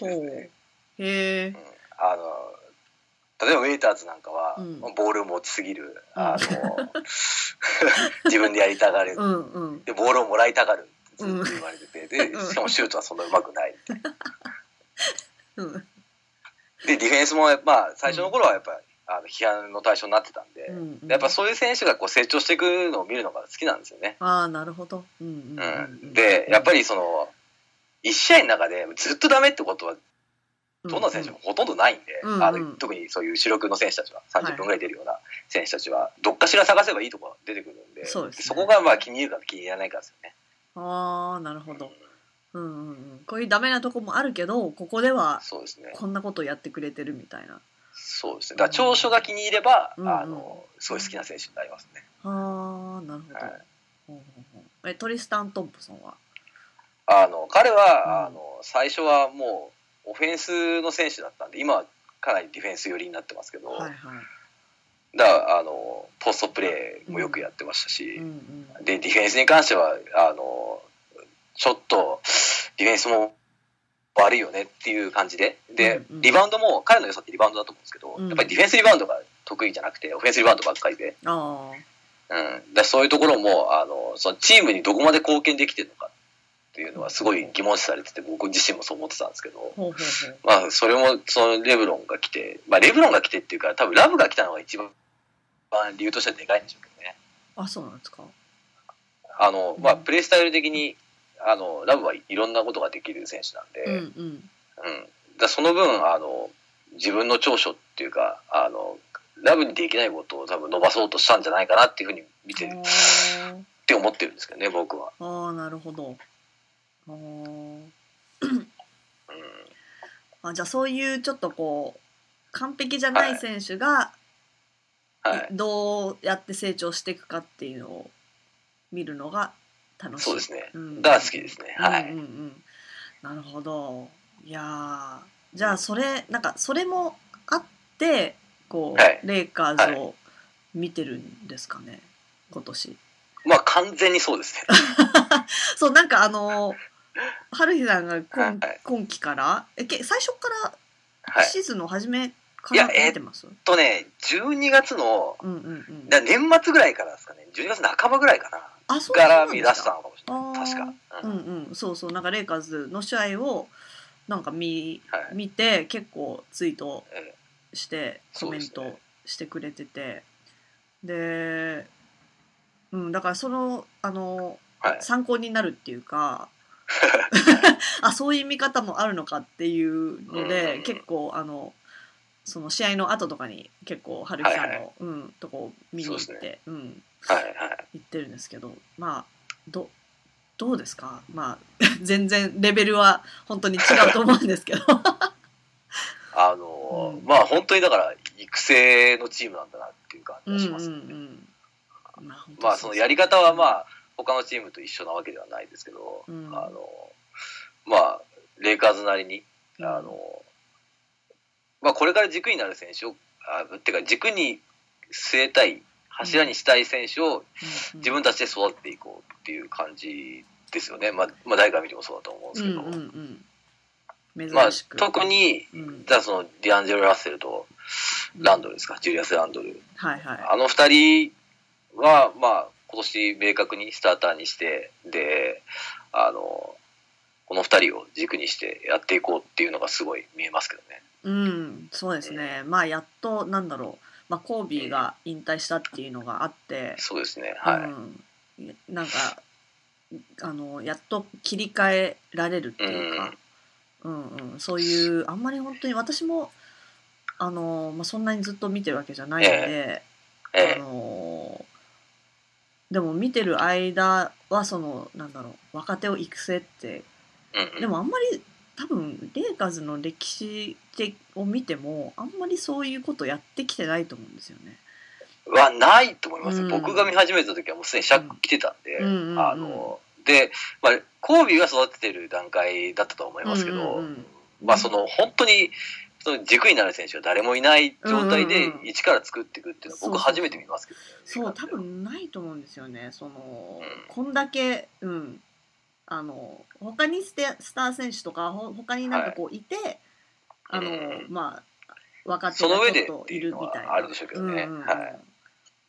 Speaker 1: ほ
Speaker 2: です
Speaker 1: う
Speaker 2: ね。
Speaker 1: へえ
Speaker 2: うん。あのー例えばウェイターズなんかは、
Speaker 1: うん
Speaker 2: ボールを持ちすぎる、あ
Speaker 1: (laughs)
Speaker 2: のー自分でやりたがる
Speaker 1: うんうん。
Speaker 2: でボールをもらいたがるってずっと言われてて、
Speaker 1: うん
Speaker 2: でしかもシュートはそんなうまくない
Speaker 1: うん
Speaker 2: でディフェンスも、まあ、最初の頃はやっぱりあの批判の対象になってたんで、
Speaker 1: うんうん
Speaker 2: やっぱそういう選手がこう成長していくのを見るのが好きなんですよね。
Speaker 1: ああなるほど。うんうん
Speaker 2: う
Speaker 1: うんうん
Speaker 2: ん、でやっぱ
Speaker 1: り
Speaker 2: りその1試合の中でずっとダメってことはどんな選手もほとんどないんで、
Speaker 1: うんうん
Speaker 2: あ
Speaker 1: うん
Speaker 2: の特にそういう主力の選手たちは30分ぐらい出るような選手たちはどっかしら探せばいいところが出てくるんで
Speaker 1: そうですね
Speaker 2: そこがまあ気に入るか気に入らないかですよね。
Speaker 1: ああなるほ
Speaker 2: う
Speaker 1: ど
Speaker 2: ん。
Speaker 1: うんうんうん。こういうダメなとこもあるけどここでは
Speaker 2: そうですね
Speaker 1: こんなことやってくれてるみたいな。
Speaker 2: そうですね。だから長所が気に入れば、
Speaker 1: うん
Speaker 2: あのすごい好きな選手になりますね。
Speaker 1: ああなるほど。
Speaker 2: はい
Speaker 1: ほうほうほうえトリスタン・トンプソンは。
Speaker 2: あの彼は、
Speaker 1: うん
Speaker 2: あの最初はもうオフェンスの選手だったんで、今はかなりディフェンス寄りになってますけど、
Speaker 1: はいは
Speaker 2: だからあのポストプレーもよくやってました
Speaker 1: い。う
Speaker 2: し
Speaker 1: ん、うん。
Speaker 2: でディフェンスに関してはあのちょっとディフェンスも悪いよねっていう感じで、で、
Speaker 1: うんうん
Speaker 2: リバウンドも彼の良さってリバウンドだと思うんですけど、
Speaker 1: うん
Speaker 2: やっぱりディフェンスリバウンドが得意じゃなくて、オフェンスリバウンドばっかりで。
Speaker 1: あ
Speaker 2: うん、だそういうところもあのそのチームにどこまで貢献できてるのかっていうのはすごい疑問視されてて僕自身もそう思ってたんですけど
Speaker 1: あ、ほうほうほう。
Speaker 2: まあ、それもそのレブロンが来て、まあ、レブロンが来てっていうか多分ラブが来たのが一番理由としてはでかいんでしょうけどね
Speaker 1: あそうなんですか。
Speaker 2: あの、まあ、
Speaker 1: うん
Speaker 2: プレースタイル的にあのラブはいろんなことができる選手なんで、
Speaker 1: うん
Speaker 2: うん
Speaker 1: うん。
Speaker 2: だその分あの自分の長所っていうかあのラブにできないことを多分伸ばそうとしたんじゃないかなっていうふうに見てるっ
Speaker 1: あー
Speaker 2: て思ってるんですけどね僕は。
Speaker 1: あーなるほど。ああ。
Speaker 2: うん
Speaker 1: あじゃあそういうちょっとこう完璧じゃない選手が
Speaker 2: はい、
Speaker 1: どうやって成長していくかっていうのを見るのが楽しい。
Speaker 2: そうですね。
Speaker 1: うん
Speaker 2: が好きですね。は
Speaker 1: うん
Speaker 2: い。
Speaker 1: うんうん、なるほどいやーじゃあそれなんかそれもあってこう、
Speaker 2: はい
Speaker 1: レイカーズを見てるんですかね今年
Speaker 2: まあ完全にそうですね。
Speaker 1: そうなんかあ
Speaker 2: (laughs)
Speaker 1: のー春日さんが今,、
Speaker 2: はい
Speaker 1: 今期からえけ最初か
Speaker 2: は
Speaker 1: ら
Speaker 2: い。
Speaker 1: シーズンの初めから
Speaker 2: いやえ
Speaker 1: 見てます、
Speaker 2: とね、12月の、
Speaker 1: うんうんうん
Speaker 2: だ年末ぐらいからですかね、12月半ばぐらいかな、
Speaker 1: あそう
Speaker 2: から
Speaker 1: そうなんで
Speaker 2: 見
Speaker 1: す
Speaker 2: 出し
Speaker 1: か
Speaker 2: たのかもしれない。確か。う
Speaker 1: うんんうん、そうそうなんかレイカーズの試合をなんか見,、
Speaker 2: はい
Speaker 1: 見て結構ツイート
Speaker 2: え
Speaker 1: してコ
Speaker 2: そう
Speaker 1: メ
Speaker 2: で
Speaker 1: ン
Speaker 2: すね
Speaker 1: トしてくれててで,、うん、だからそのあの
Speaker 2: はい。
Speaker 1: 参考になるっていうか
Speaker 2: (laughs)
Speaker 1: あそういう見方もあるのかっていうので、
Speaker 2: うん
Speaker 1: 結構あのその試合の後とかに結構春樹さんの、
Speaker 2: はいは
Speaker 1: うん、とこを見に行って
Speaker 2: そうう、
Speaker 1: ん、
Speaker 2: はい。はい。
Speaker 1: 言ってるんですけどまあどどうですかまあ (laughs) 全然レベルは本当に違うと思うんですけ
Speaker 2: (laughs)
Speaker 1: ど
Speaker 2: あのー
Speaker 1: うん
Speaker 2: まあ本当にだから、育成のチームなんだなっていう感じ
Speaker 1: うんう
Speaker 2: が
Speaker 1: ん
Speaker 2: し
Speaker 1: う
Speaker 2: ますね。
Speaker 1: んまあ本当
Speaker 2: まあそのやり方はま
Speaker 1: あ
Speaker 2: あ、他のチームと一緒なわけではないですけど、
Speaker 1: うん
Speaker 2: あのーまあ、レイカーズなりに、あの、まあ、これから軸になる選手を、あてか軸に据えたい、柱にしたい選手を自分たちで育てていこうっていう感じですよね。まあ、まあ、誰から見てもそうだと思うんですけど。
Speaker 1: うんうんうん
Speaker 2: まあ
Speaker 1: 珍し、く、
Speaker 2: 特に、
Speaker 1: うん、
Speaker 2: じゃあそのディアンジェロ・ラッセルとランドルですか、ジュリアス・ランドル。
Speaker 1: はいはい
Speaker 2: あの二人は、まあ、今年明確にスターターにして、で、あの、この二人を軸にしてやっていこうっていうのがすごい見えますけどね。
Speaker 1: うんそうですねまあやっとなんだろう、まあ、コービーが引退したっていうのがあって、
Speaker 2: そうですね。は
Speaker 1: う
Speaker 2: い。
Speaker 1: ん、なんかあのやっと切り替えられるっていうか、うんうんそういうあんまり本当に私もあの、まあ、そんなにずっと見てるわけじゃないので、あ
Speaker 2: ええ。
Speaker 1: のでも見てる間はそのなんだろう若手を育成って
Speaker 2: うんうん
Speaker 1: でもあんまり多分レイカーズの歴史的を見てもあんまりそういうことやってきてないと思うんですよね。
Speaker 2: はないと思います、
Speaker 1: うん
Speaker 2: 僕が見始めた時はもうすでにシャック来てたんで、
Speaker 1: うんうんうん
Speaker 2: あので、まあ、コービーが育ててる段階だったと思いますけ
Speaker 1: う
Speaker 2: ど、
Speaker 1: んうんうん
Speaker 2: まあその本当にその軸になる選手は誰もいない状態
Speaker 1: う
Speaker 2: で
Speaker 1: んうんうん
Speaker 2: 一から作っていくっていうのは僕初めて見ますけどね、
Speaker 1: そう多分ないと思うんですよねその、
Speaker 2: うん
Speaker 1: こんだけうんあの他にステスター選手とかほ他になんかこういて、あの、
Speaker 2: うん
Speaker 1: まあ若手
Speaker 2: その
Speaker 1: が
Speaker 2: 上
Speaker 1: ち
Speaker 2: で
Speaker 1: ょっ
Speaker 2: っ
Speaker 1: と
Speaker 2: て
Speaker 1: い
Speaker 2: いう
Speaker 1: る
Speaker 2: の
Speaker 1: みたい
Speaker 2: は
Speaker 1: な
Speaker 2: あるでしょうけどね、
Speaker 1: うんうんうん
Speaker 2: はい、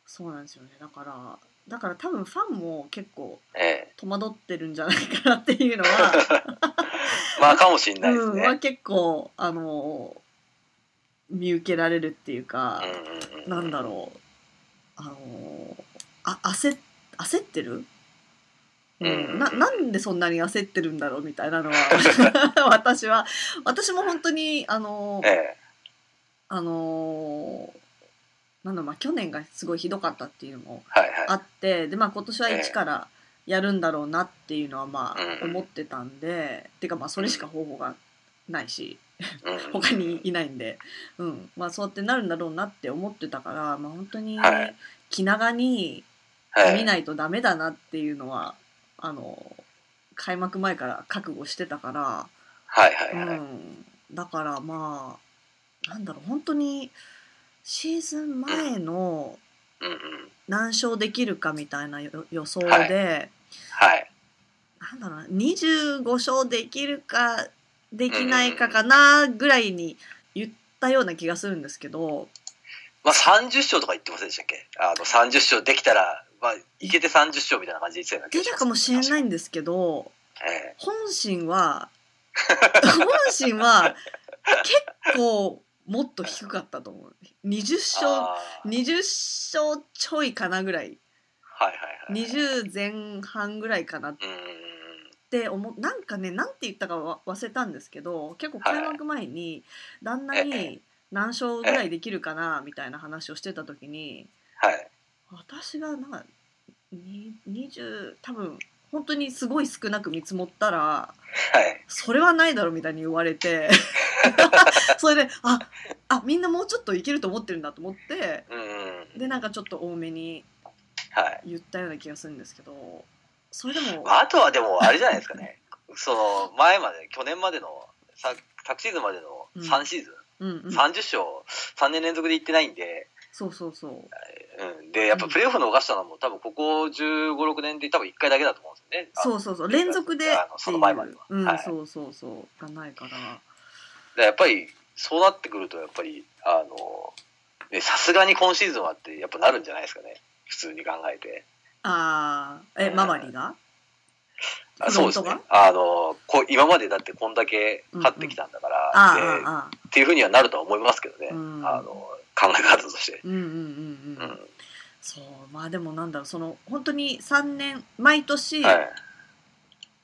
Speaker 1: そうなんですよねだからだから多分ファンも結構
Speaker 2: ええ
Speaker 1: 戸惑ってるんじゃないかなっていうのは、
Speaker 2: まあかもしれ
Speaker 1: う
Speaker 2: (laughs) ないです
Speaker 1: ん、
Speaker 2: ね、
Speaker 1: は結構あの見受けられるっていうか、
Speaker 2: うん
Speaker 1: なんだ
Speaker 2: う
Speaker 1: ろう、あのーあ焦っ焦ってる、う
Speaker 2: うん
Speaker 1: ん、ななんでそんなに焦ってるんだろうみたいなの
Speaker 2: (laughs)
Speaker 1: は私は私も本当にあのー
Speaker 2: え
Speaker 1: あのーなんだろうまあ去年がすごいひどかったっていうのも
Speaker 2: えはいはい
Speaker 1: あってでまあ今年は
Speaker 2: ええ
Speaker 1: 一からやるんだろうなっていうのはまあ
Speaker 2: うん
Speaker 1: 思ってたんで、てかまあそれしか方法がないし。
Speaker 2: うんうん
Speaker 1: 他にいないんで、うんまあ、そうやってなるんだろうなって思ってたから、まあ、本当に
Speaker 2: はい
Speaker 1: 気長に
Speaker 2: はい
Speaker 1: 見ないとダメだなっていうのは、あの開幕前から覚悟してたか
Speaker 2: はいはい
Speaker 1: ら、
Speaker 2: は
Speaker 1: う
Speaker 2: い、
Speaker 1: ん、だからまあなんだろう本当にシーズン前の
Speaker 2: うんうん
Speaker 1: 何勝できるかみたいな予予想で、
Speaker 2: はいはい
Speaker 1: なんだろうな25勝できるかできないかかなぐらいに言ったような気がするんですけど、
Speaker 2: まあ、30勝とか言ってませんでしたっけあの30勝できたら、まあ、いけて30勝みたいな感じで言ってたような気
Speaker 1: 出
Speaker 2: がした。
Speaker 1: かもしれないいんですけど
Speaker 2: え
Speaker 1: 本心
Speaker 2: (laughs)
Speaker 1: は本心は結構もっと低かったと思う20
Speaker 2: え
Speaker 1: 勝
Speaker 2: あー
Speaker 1: 20勝ちょいかなぐらい
Speaker 2: はいはいはい。
Speaker 1: 20前半ぐらいかなっ
Speaker 2: うーん。
Speaker 1: て思うなんかねなんて言ったかわ忘れたんですけど結構開幕前に旦那
Speaker 2: え
Speaker 1: に何勝ぐらいできるかなみたいな話をしてた時に
Speaker 2: はい。
Speaker 1: 私がなんかに20多分本当にすごい少なく見積もったら
Speaker 2: はい。 (laughs)
Speaker 1: それはないだろみたいに言われてそれでああみんなもうちょっといけると思ってるんだと思って
Speaker 2: うんうん
Speaker 1: でなんかちょっと多めに
Speaker 2: はい
Speaker 1: 言ったような気がするんですけどそれでも、
Speaker 2: まあ、あとはでもあれじゃないですかね (laughs) その前まで去年までの昨昨シーズンまでの
Speaker 1: うん
Speaker 2: 3シーズン、
Speaker 1: うんうん、
Speaker 2: 30勝3年連続でいってないんで、
Speaker 1: そうそうそう
Speaker 2: うん、でやっぱプレーオフの逃したのも多分ここ1 5 6年で多分1回だけだと思うんですよねあ
Speaker 1: そうそうそう連続で
Speaker 2: あのその前までは
Speaker 1: っていううん、
Speaker 2: はい
Speaker 1: そうそうそうがないから
Speaker 2: でやっぱりそうなってくるとやっぱりあのねさすがに今シーズンはってやっぱなるんじゃないですかね普通に考えて
Speaker 1: ああえ
Speaker 2: うん
Speaker 1: ママリが
Speaker 2: あ
Speaker 1: フ
Speaker 2: そう
Speaker 1: ロ
Speaker 2: で
Speaker 1: ント
Speaker 2: すね
Speaker 1: が
Speaker 2: あのこ今までだってこんだけ勝ってきたんだから、
Speaker 1: あ
Speaker 2: で
Speaker 1: あああ
Speaker 2: っていうふうにはなるとは思いますけどね、
Speaker 1: うん
Speaker 2: あの考え方として。
Speaker 1: うんうんうん
Speaker 2: う
Speaker 1: うん、
Speaker 2: ん
Speaker 1: そうまあでもなんだろうその本当に3年毎年、
Speaker 2: はい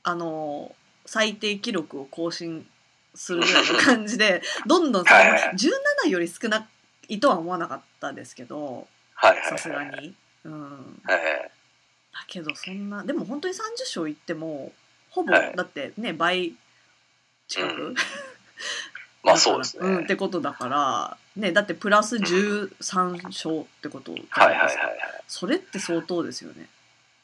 Speaker 1: あの最低記録を更新するぐらいの感じ
Speaker 2: (laughs)
Speaker 1: でどんどんその
Speaker 2: はいはい
Speaker 1: 17より少ないとは思わなかったですけど
Speaker 2: はいはい
Speaker 1: さすが
Speaker 2: はい
Speaker 1: に。うん、だ
Speaker 2: はい
Speaker 1: けどそんなでも本当に30勝いってもほぼ、
Speaker 2: はい
Speaker 1: だってね倍近く、
Speaker 2: うんまあそうですね、
Speaker 1: んってことだから、ね、だってプラス13勝ってことじゃ
Speaker 2: はい
Speaker 1: な
Speaker 2: はい
Speaker 1: です
Speaker 2: いはい
Speaker 1: か
Speaker 2: はい
Speaker 1: それって相当ですよね。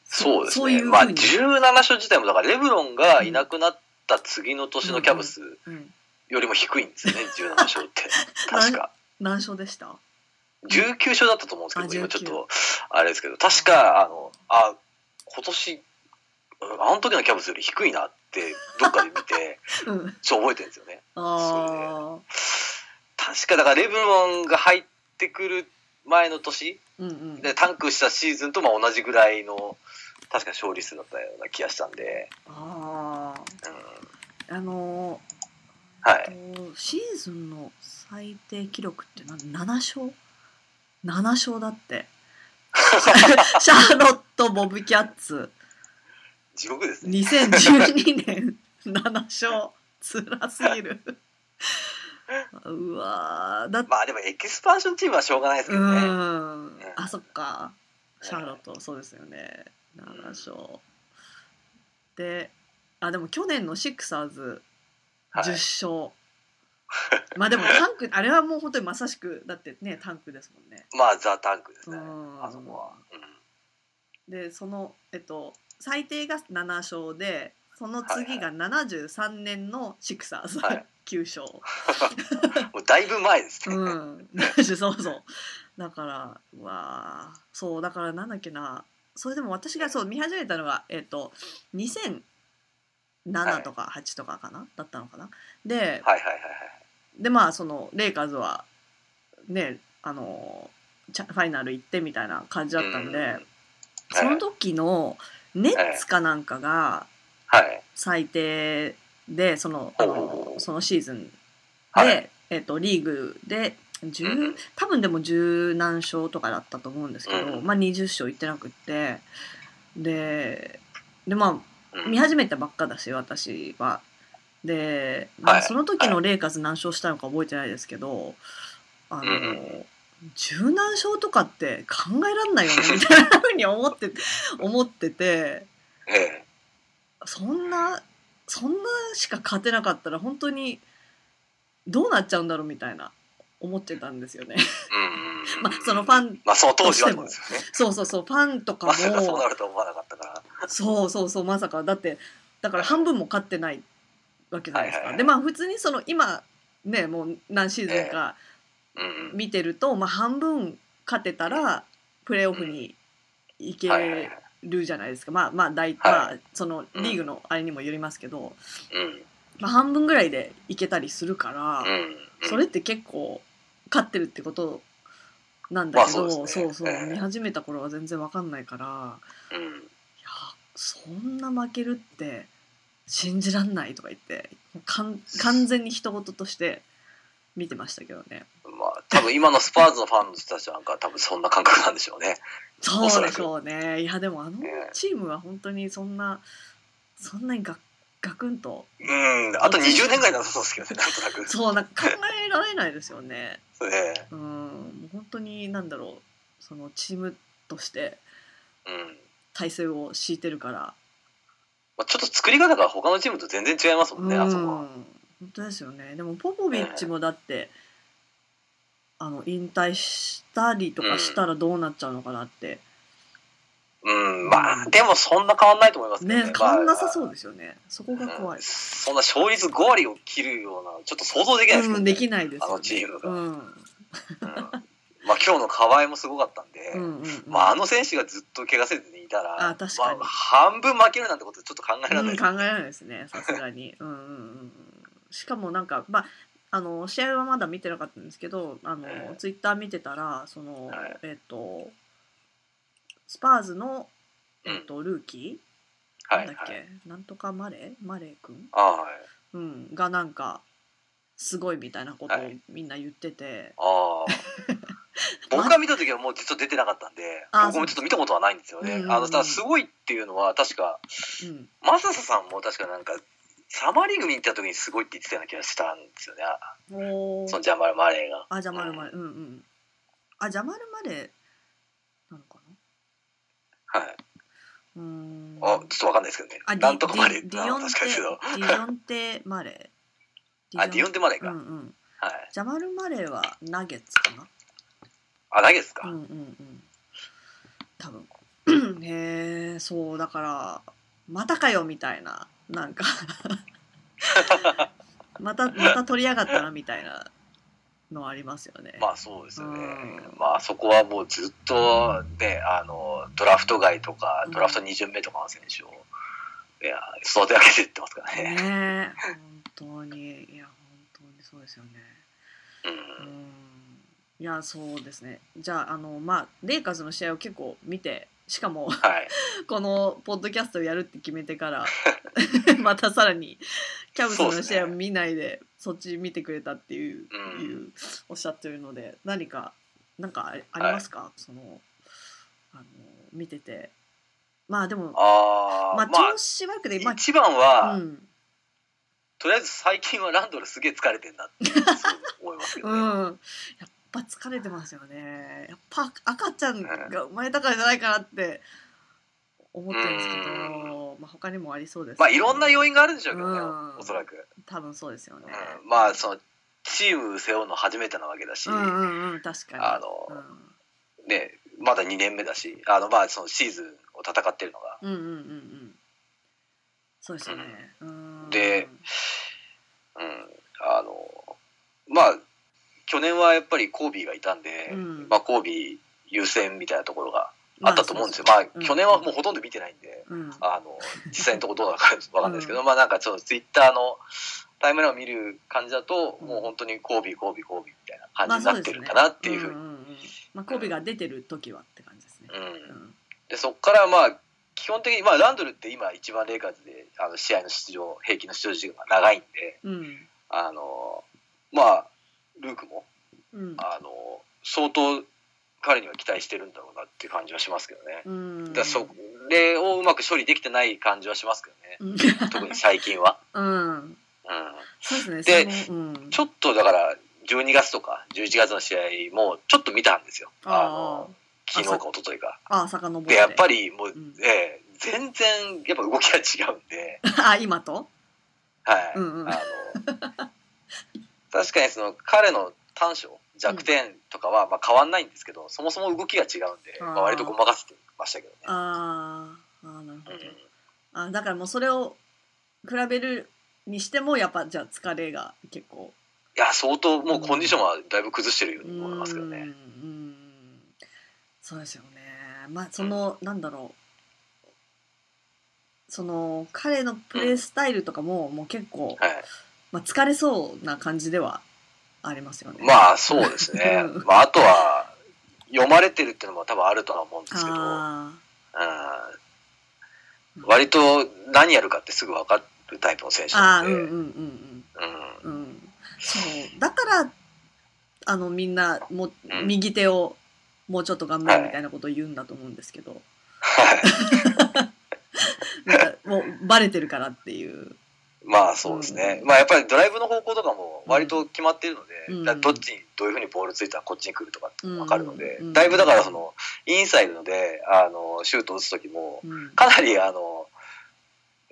Speaker 2: そうですね
Speaker 1: そういうふうに
Speaker 2: まあ17勝自体もだからレブロンがいなくなった次の年のキャブス
Speaker 1: うん、
Speaker 2: よりも低い
Speaker 1: (laughs)
Speaker 2: んですよね、17勝って確か
Speaker 1: 何勝でした
Speaker 2: 19勝だったと思うんですけど
Speaker 1: あ
Speaker 2: 今ちょ
Speaker 1: 19
Speaker 2: っとあれですけど確かあのあ今年うんあの時のキャブスより低いなってどっかで見
Speaker 1: (laughs)
Speaker 2: て
Speaker 1: うん、
Speaker 2: ちょっと覚えてるんですよね
Speaker 1: ああ、
Speaker 2: 確かだからレブロンが入ってくる前の年
Speaker 1: うんうん。
Speaker 2: でタンクしたシーズンとまあ同じぐらいの確か勝利数だったような気がしたんで、
Speaker 1: ああ、
Speaker 2: うん、
Speaker 1: あの
Speaker 2: はい
Speaker 1: ーとシーズンの最低記録って何7勝 ?7 勝だ
Speaker 2: (laughs)
Speaker 1: って。シャーロット・ボブ・キャッツ、
Speaker 2: 地獄ですね
Speaker 1: 2012年7勝、つらすぎる。うわーだって、
Speaker 2: まあでもエキスパンションチームはしょうがないですけ
Speaker 1: う
Speaker 2: どね、はい
Speaker 1: ん。あ、そっか。シャーロット、そうですよね。7勝。で、あ、でも去年のシックサーズ、10勝まあでもタンクあれはもう本当にまさしくだってねタンクですもんね。
Speaker 2: まあザ・タンクです
Speaker 1: う
Speaker 2: ね
Speaker 1: ん
Speaker 2: あそこは、うん
Speaker 1: でそのえっと最低が7勝でその次が73年のシクサーズ、
Speaker 2: はい
Speaker 1: 9勝。
Speaker 2: もうだいぶ前ですね、
Speaker 1: うん、そうそうだからうわーそうだからなんだっけなそれでも私がそう見始めたのがえっ、と2007とか8とかかな、だったのかなで、
Speaker 2: はいはいはい
Speaker 1: でまあそのレイカーズはねあのチャファイナル行ってみたいな感じだ
Speaker 2: はい
Speaker 1: ったんで、
Speaker 2: うんうん
Speaker 1: その時のネッツかなんかが
Speaker 2: はい
Speaker 1: 最低でそのあの
Speaker 2: おー
Speaker 1: そのシーズンで、
Speaker 2: はい
Speaker 1: えっとリーグで
Speaker 2: うんうん
Speaker 1: 10多分でも十何勝とかだったと思うんですけど、
Speaker 2: うん
Speaker 1: まあ20勝いってなくってででまあ
Speaker 2: うん
Speaker 1: 見始めたばっかだし私は。で、まあ
Speaker 2: はい
Speaker 1: その時のレイカーズ何勝したのか覚えてないですけど、あの、
Speaker 2: うんう
Speaker 1: 柔軟勝とかって考えらん
Speaker 2: (laughs)
Speaker 1: ないよねみたいなふうに思って思ってて
Speaker 2: え
Speaker 1: そんなそんなしか勝てなかったら本当にどうなっちゃうんだろうみたいな思ってたんですよ
Speaker 2: (laughs)
Speaker 1: ね。
Speaker 2: えうんうん
Speaker 1: まあそのファン
Speaker 2: まあその当時はそうですよね
Speaker 1: そうそうそうファンとか
Speaker 2: ま
Speaker 1: も
Speaker 2: さかそうなるとは思わなかったから
Speaker 1: そうそうそうまさかだってだから半分も勝ってないわけじゃないですか。
Speaker 2: はいはいはい
Speaker 1: でまあ普通にその今ねもう何シーズンか
Speaker 2: うんうん
Speaker 1: 見てると、まあ、半分勝てたらプレーオフに行け
Speaker 2: はいはいはい
Speaker 1: るじゃないですか、まあまあ大、
Speaker 2: は
Speaker 1: まあそのリーグのあれにもよりますけど、
Speaker 2: うん
Speaker 1: まあ、半分ぐらいで行けたりするから、
Speaker 2: うんうん
Speaker 1: それって結構勝ってるってことなんだけど、
Speaker 2: まあそ
Speaker 1: そうう
Speaker 2: です
Speaker 1: そう
Speaker 2: ねええ
Speaker 1: 見始めた頃は全然わかんないから
Speaker 2: うん
Speaker 1: いやそんな負けるって信じらんないとか言ってか
Speaker 2: (laughs)
Speaker 1: ん完全に人事として見てましたけどね。
Speaker 2: まあ、多分今のスパーズのファンの人たちなんかは多分そんな感覚なんでしょうね。
Speaker 1: そ
Speaker 2: おそうら
Speaker 1: で
Speaker 2: く
Speaker 1: しょうね。いやでもあの
Speaker 2: ね
Speaker 1: チームは本当にそんなそんなにガガクンと
Speaker 2: うん、あと20年ぐらいなさそうですけどね、
Speaker 1: (laughs)
Speaker 2: なんとなく。
Speaker 1: そうなんか考えられないですよね。
Speaker 2: うね。
Speaker 1: うんもう本当になんだろうそのチームとして
Speaker 2: うん。
Speaker 1: 体制を敷いてるから。
Speaker 2: まあ、ちょっと作り方が他のチームと全然違いますもんね、あそうこは。
Speaker 1: ん本当ですよねでもポポビッチもだって、あの引退したりとかしたらどうなっちゃうのかなって、
Speaker 2: うん、まあ、でもそんな変わんないと思いますけどね。
Speaker 1: ね変わんなさ
Speaker 2: う
Speaker 1: そうですよねそこが怖い
Speaker 2: ん、そんな勝率5割を切るような、ちょっと想像できないですけど、
Speaker 1: うん、できないですよ、ね、
Speaker 2: あのチームが
Speaker 1: うん
Speaker 2: うんまあ、今日の河合もすごかったんで、
Speaker 1: うんうんうん
Speaker 2: まあ、あの選手がずっと怪我せずにいたら、
Speaker 1: あ確かに
Speaker 2: まあ、半分負けるなんてことちょっと考えられ
Speaker 1: う
Speaker 2: な
Speaker 1: ん、
Speaker 2: いです
Speaker 1: 考えられないですねさすがにうんうんうんうんしかもなんかまああの試合はまだ見てなかったんですけどあの、
Speaker 2: ええ
Speaker 1: ツイッター見てたらその、
Speaker 2: はい
Speaker 1: えっ、とスパーズの、
Speaker 2: うん
Speaker 1: えっとルーキー、
Speaker 2: はい、
Speaker 1: な
Speaker 2: は
Speaker 1: んだっけ、
Speaker 2: い。
Speaker 1: なんとかマレーマレー君、
Speaker 2: ああ、はい。
Speaker 1: うん、がなんかすごいみたいなことを
Speaker 2: はい
Speaker 1: みんな言ってて、
Speaker 2: ああ。
Speaker 1: (laughs)
Speaker 2: 僕が見た時はもう実は出てなかったんで、
Speaker 1: あ
Speaker 2: 僕もちょっと見たことはないんですよ
Speaker 1: そう
Speaker 2: ね
Speaker 1: う。ん
Speaker 2: あのさ、すごいっていうのは確か、
Speaker 1: うん、
Speaker 2: マササさんも確かなんか、サマーリーグに行った時にすごいって言ってたような気がしたんですよね。あ
Speaker 1: おー
Speaker 2: そのジャマル・マレーが。
Speaker 1: あジャマルマレーうんうんあジャマルマレーなのか
Speaker 2: はい。
Speaker 1: なうーん
Speaker 2: あ、ちょっとわかんないですけど
Speaker 1: あ
Speaker 2: ね。
Speaker 1: ディ
Speaker 2: なんとかマレーっ
Speaker 1: デ
Speaker 2: て
Speaker 1: ィディ
Speaker 2: なの
Speaker 1: オ
Speaker 2: は
Speaker 1: ンテ
Speaker 2: 確かですけど。
Speaker 1: ディオンテマレー
Speaker 2: (laughs) あ、ディオンテ・マレーか。
Speaker 1: う
Speaker 2: は
Speaker 1: ん
Speaker 2: い。
Speaker 1: うんジャマル・マレーはナゲッツか
Speaker 2: あ、投げですか
Speaker 1: なうんうんうん多
Speaker 2: (clears throat)
Speaker 1: 分へえそうだからまたかよみたいななん
Speaker 2: (laughs)
Speaker 1: かまたまた取りやがったなみたいなのありますよね、
Speaker 2: まあそうですよね
Speaker 1: うん。
Speaker 2: まあそこはもうずっとね、あの、ドラフト外とか
Speaker 1: う、ん
Speaker 2: ドラフト2巡目とかの選手を、いや、育て上げていってますからね。
Speaker 1: ねえ本当にいや本当にそうですよね
Speaker 2: う
Speaker 1: うん
Speaker 2: ん。
Speaker 1: いやそうですねじゃああのまあレイカーズの試合を結構見てしかも
Speaker 2: はい。
Speaker 1: このポッドキャストをやるって決めてから
Speaker 2: (laughs)
Speaker 1: (laughs) またさらにキャブスの試合を見ないでそっち見てくれたっていう,、
Speaker 2: うん
Speaker 1: いうおっしゃってるので何か何かありありますか、そのあの見ててまあでも
Speaker 2: あー、
Speaker 1: まあ
Speaker 2: ま
Speaker 1: 調子悪くて、ま
Speaker 2: あ、一番は、
Speaker 1: あ、うん、
Speaker 2: とりあえず最近はランドルすげえ疲れてんなってすごい思いますけ
Speaker 1: (laughs) う
Speaker 2: ど
Speaker 1: ん
Speaker 2: ね。
Speaker 1: やっぱ疲れてますよねやっぱ赤ちゃんが生まれたからじゃないかなって思ってるんですけど、まあ、他にもありそうですけど
Speaker 2: まあいろんな要因があるんでしょうけどね、
Speaker 1: うん
Speaker 2: おそらく。
Speaker 1: 多分そうですよね、
Speaker 2: うんまあその、チーム背負うの初めてなわけだし、
Speaker 1: うんうんうん確かに
Speaker 2: あのね、まだ2年目だし、あの、まあそのシーズンを戦ってるのが、
Speaker 1: うん、うんうんうんうんそうですよね、うん、
Speaker 2: でうん、あの、まあ、去年はやっぱりコービーがいたんで、
Speaker 1: うん
Speaker 2: まあコービー優先みたいなところが
Speaker 1: ま
Speaker 2: あ
Speaker 1: あ
Speaker 2: ったと思うんですよ。
Speaker 1: そ
Speaker 2: ま
Speaker 1: う
Speaker 2: あ、去年はもうほとんど見てないんで、
Speaker 1: うん、うん (laughs)
Speaker 2: あの実際のとこどうなのかわかんないですけど、まあなんかちょっとツイッターのタイムラインを見る感じだと、
Speaker 1: うん
Speaker 2: もう本当にコービーコービーコービーみたいな感
Speaker 1: ま
Speaker 2: じ
Speaker 1: あ
Speaker 2: に
Speaker 1: そうです
Speaker 2: なってる
Speaker 1: よね
Speaker 2: かなっていうふう
Speaker 1: う
Speaker 2: に。
Speaker 1: んうんうんまあコビが出てる時はって感じですね、
Speaker 2: うん
Speaker 1: うん
Speaker 2: でそこからまあ基本的に、まあ、ランドルって今一番レイカーズであの試合の出場平均の出場時間が長いんで
Speaker 1: うん
Speaker 2: あのまあルークも
Speaker 1: うん
Speaker 2: あの相当彼には期待してるんだろうなっていう感じはしますけどね。
Speaker 1: うん
Speaker 2: だからそれをうまく処理できてない感じはしますけどね
Speaker 1: うん
Speaker 2: 特に最近は。
Speaker 1: うん
Speaker 2: うん
Speaker 1: そうですね。
Speaker 2: で
Speaker 1: そのうん、
Speaker 2: ちょっとだから12月とか11月の試合もちょっと見たんですよあの昨日か一昨日か
Speaker 1: あーあー、遡って。
Speaker 2: でやっぱりもう、
Speaker 1: うん
Speaker 2: ええ全然やっぱ動きが違うんで、
Speaker 1: あ、今と。
Speaker 2: はい
Speaker 1: うんうん
Speaker 2: あの確かにその彼の短所弱点とかはまあ変わんないんですけど、そもそも動きが違うんで、
Speaker 1: あー
Speaker 2: まあ、割とごまかせてましたけどね。
Speaker 1: あーあー、なるほ
Speaker 2: う
Speaker 1: ど
Speaker 2: ん。
Speaker 1: あ、だからもうそれを比べるにしても、やっぱじゃあ疲れが結構。
Speaker 2: いや相当もうコンディションはだいぶ崩してるように思いますけど
Speaker 1: う
Speaker 2: ね。
Speaker 1: んうんそうですよね。まあその、なんだろう。その彼のプレースタイルとかも、もう結構、
Speaker 2: はい、
Speaker 1: まあ、疲れそうな感じではありますよね。
Speaker 2: まあそうですね
Speaker 1: うん。
Speaker 2: まああとは読まれてるっていうのも多分あるとは思うんですけど、うん
Speaker 1: あー
Speaker 2: 割と何やるかってすぐ分かるタイプの選手な
Speaker 1: あ
Speaker 2: ん
Speaker 1: ー、
Speaker 2: で、
Speaker 1: うん
Speaker 2: うん
Speaker 1: うんうんうん。うん、そうだからあのみんなも
Speaker 2: うん
Speaker 1: 右手をもうちょっと頑張るみたいなことを言うんだと思うんですけど、
Speaker 2: はい
Speaker 1: なんかもうバレてるからっていう。
Speaker 2: まあそうですね。
Speaker 1: うん
Speaker 2: まあやっぱりドライブの方向とかも割と決まってるので、
Speaker 1: うん
Speaker 2: だからどっちにどういうふうにボールついたらこっちに来るとかって分かるので、
Speaker 1: うん
Speaker 2: だいぶだからそのインサイドであのシュート打つ時も
Speaker 1: うん
Speaker 2: かなりあの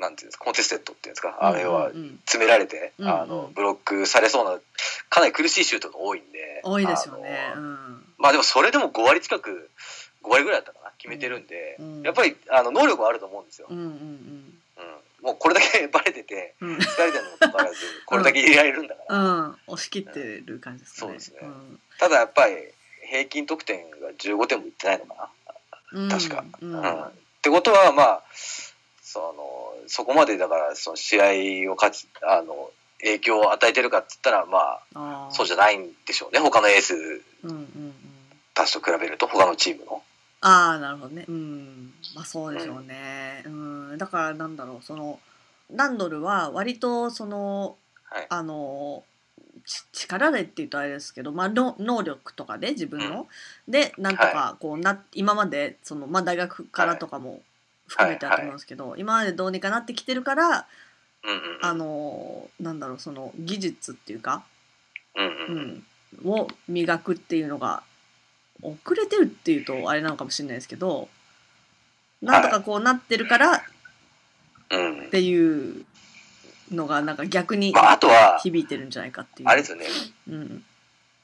Speaker 2: なんていうんですかコンテステッドっていうんですか
Speaker 1: うん
Speaker 2: あれは
Speaker 1: うん
Speaker 2: 詰められて、
Speaker 1: うん
Speaker 2: あ
Speaker 1: う
Speaker 2: の
Speaker 1: ん
Speaker 2: ブロックされそうなかなり苦しいシュートが多いんで
Speaker 1: 多いですよね
Speaker 2: あ。の
Speaker 1: うん
Speaker 2: まあでもそれでも5割近く5割ぐらいだったかな決めてるんで、
Speaker 1: うん
Speaker 2: やっぱりあの能力はあると思うんですよ、
Speaker 1: うんうん
Speaker 2: うんもうこれだけ (laughs) バレてて
Speaker 1: うんうん
Speaker 2: 疲れてるのもかかわらずこれだけ入れられるんだから、
Speaker 1: うん押し切ってる感じですかね。
Speaker 2: そうですねただやっぱり平均得点が15点もいってないのかな
Speaker 1: うん
Speaker 2: 確か
Speaker 1: うん
Speaker 2: うんってことはまあそのそこまでだからその試合を勝ちあの影響を与えてるかって言ったらま
Speaker 1: あ
Speaker 2: あ
Speaker 1: ー
Speaker 2: そうじゃないんでしょうね他のエース
Speaker 1: うんうんうん。
Speaker 2: たちと比べると他のチームの。
Speaker 1: ああなるほどね。うんまあそうでしょうね。うんだからなんだろうそのランドルは割とその
Speaker 2: はい
Speaker 1: あのち力でって言うとあれですけど、まあ、の能力とかで自分の、でなんとかこうな、今までその、まあ、大学からとかも含めてだと思うんですけど、今までどうにかなってきてるから
Speaker 2: うんうんうん
Speaker 1: あのなんだろうその技術っていうか、
Speaker 2: うん
Speaker 1: う
Speaker 2: う
Speaker 1: ん、
Speaker 2: ん
Speaker 1: を磨くっていうのが遅れてるっていうとあれなのかもしれないですけどなんとかこうなってるから
Speaker 2: うんうん
Speaker 1: っていうのがなんか逆に
Speaker 2: まああとは
Speaker 1: 響いてるんじゃないかっていう。
Speaker 2: あれですよね
Speaker 1: うん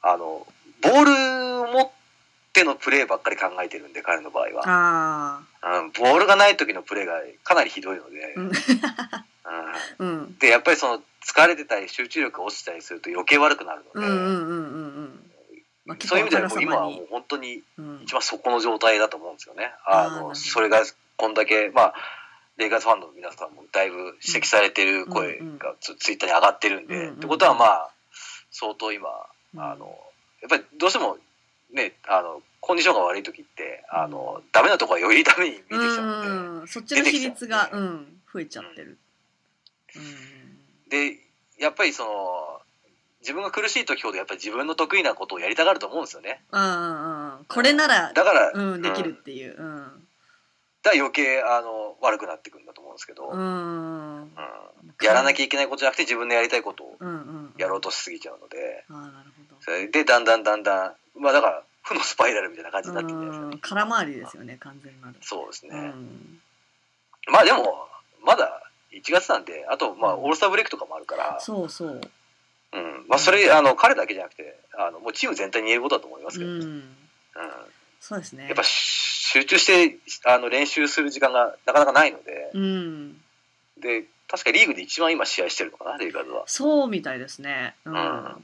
Speaker 2: あのボールを持ってのプレーばっかり考えてるんで彼の場合は、
Speaker 1: あ
Speaker 2: うん、ボールがない時のプレーがかなりひどいので、
Speaker 1: うん
Speaker 2: うん
Speaker 1: あ、うん、
Speaker 2: でやっぱりその疲れてたり集中力が落ちたりすると余計悪くなる
Speaker 1: う
Speaker 2: の
Speaker 1: ん
Speaker 2: で、
Speaker 1: うんうんうんうん。まあ、結
Speaker 2: そ
Speaker 1: 構
Speaker 2: ういう意味では
Speaker 1: あから
Speaker 2: もう
Speaker 1: さ
Speaker 2: 今は
Speaker 1: ま
Speaker 2: も
Speaker 1: に
Speaker 2: う。本当に
Speaker 1: うん
Speaker 2: 一番そこの状態だと思うんですよね。
Speaker 1: あー
Speaker 2: あ
Speaker 1: なるほ
Speaker 2: の
Speaker 1: ど
Speaker 2: それがこんだけまあレイカーズファンの皆さんもだいぶ指摘されてる声
Speaker 1: うんうん
Speaker 2: がツ,、ツイッターに上がってるんで、
Speaker 1: うんうん
Speaker 2: ってことはまあ相当今あのやっぱりどうしてもねあのコンディションが悪い時ってあのダメなとこはよりダメに見てき
Speaker 1: う
Speaker 2: ちゃうので。
Speaker 1: ん、そっちの比率が、
Speaker 2: 出てきちゃ
Speaker 1: う、
Speaker 2: うん
Speaker 1: 増えちゃってる。
Speaker 2: でやっぱりその自分が苦しい時ほどやっぱり自分の得意なことをやりたがると思うんですよね
Speaker 1: うん、ああ、これなら、
Speaker 2: だから、
Speaker 1: うん、でき
Speaker 2: う
Speaker 1: る
Speaker 2: ん
Speaker 1: っていう。うん、
Speaker 2: だから余計あの悪くなってくるんだと思うんですけど、うん
Speaker 1: うん、
Speaker 2: やらなきゃいけないことじゃなくて自分のやりたいことを
Speaker 1: うん、うん、
Speaker 2: やろうとしすぎちゃうので
Speaker 1: ああ、なるほど。
Speaker 2: それでだんだんだんだんまあだから負のスパイラルみたいな感じになってくるんじゃな
Speaker 1: う
Speaker 2: い
Speaker 1: ん
Speaker 2: で、
Speaker 1: 空回りですよね、完全なる。
Speaker 2: すか、そうですね、
Speaker 1: うん、
Speaker 2: まあでもまだ1月なんであとまあオールスターブレイクとかもあるから、
Speaker 1: そうそう。
Speaker 2: うんまあ、それあの彼だけじゃなくてあのもうチーム全体に言えることだと思います
Speaker 1: う
Speaker 2: けど、うん
Speaker 1: ん、そうですね。
Speaker 2: やっぱ集中してあの練習する時間がなかなかないので
Speaker 1: うん、
Speaker 2: で確かリーグで一番今試合してるのかなレイカーズは
Speaker 1: そうみたいですね。うん、
Speaker 2: うん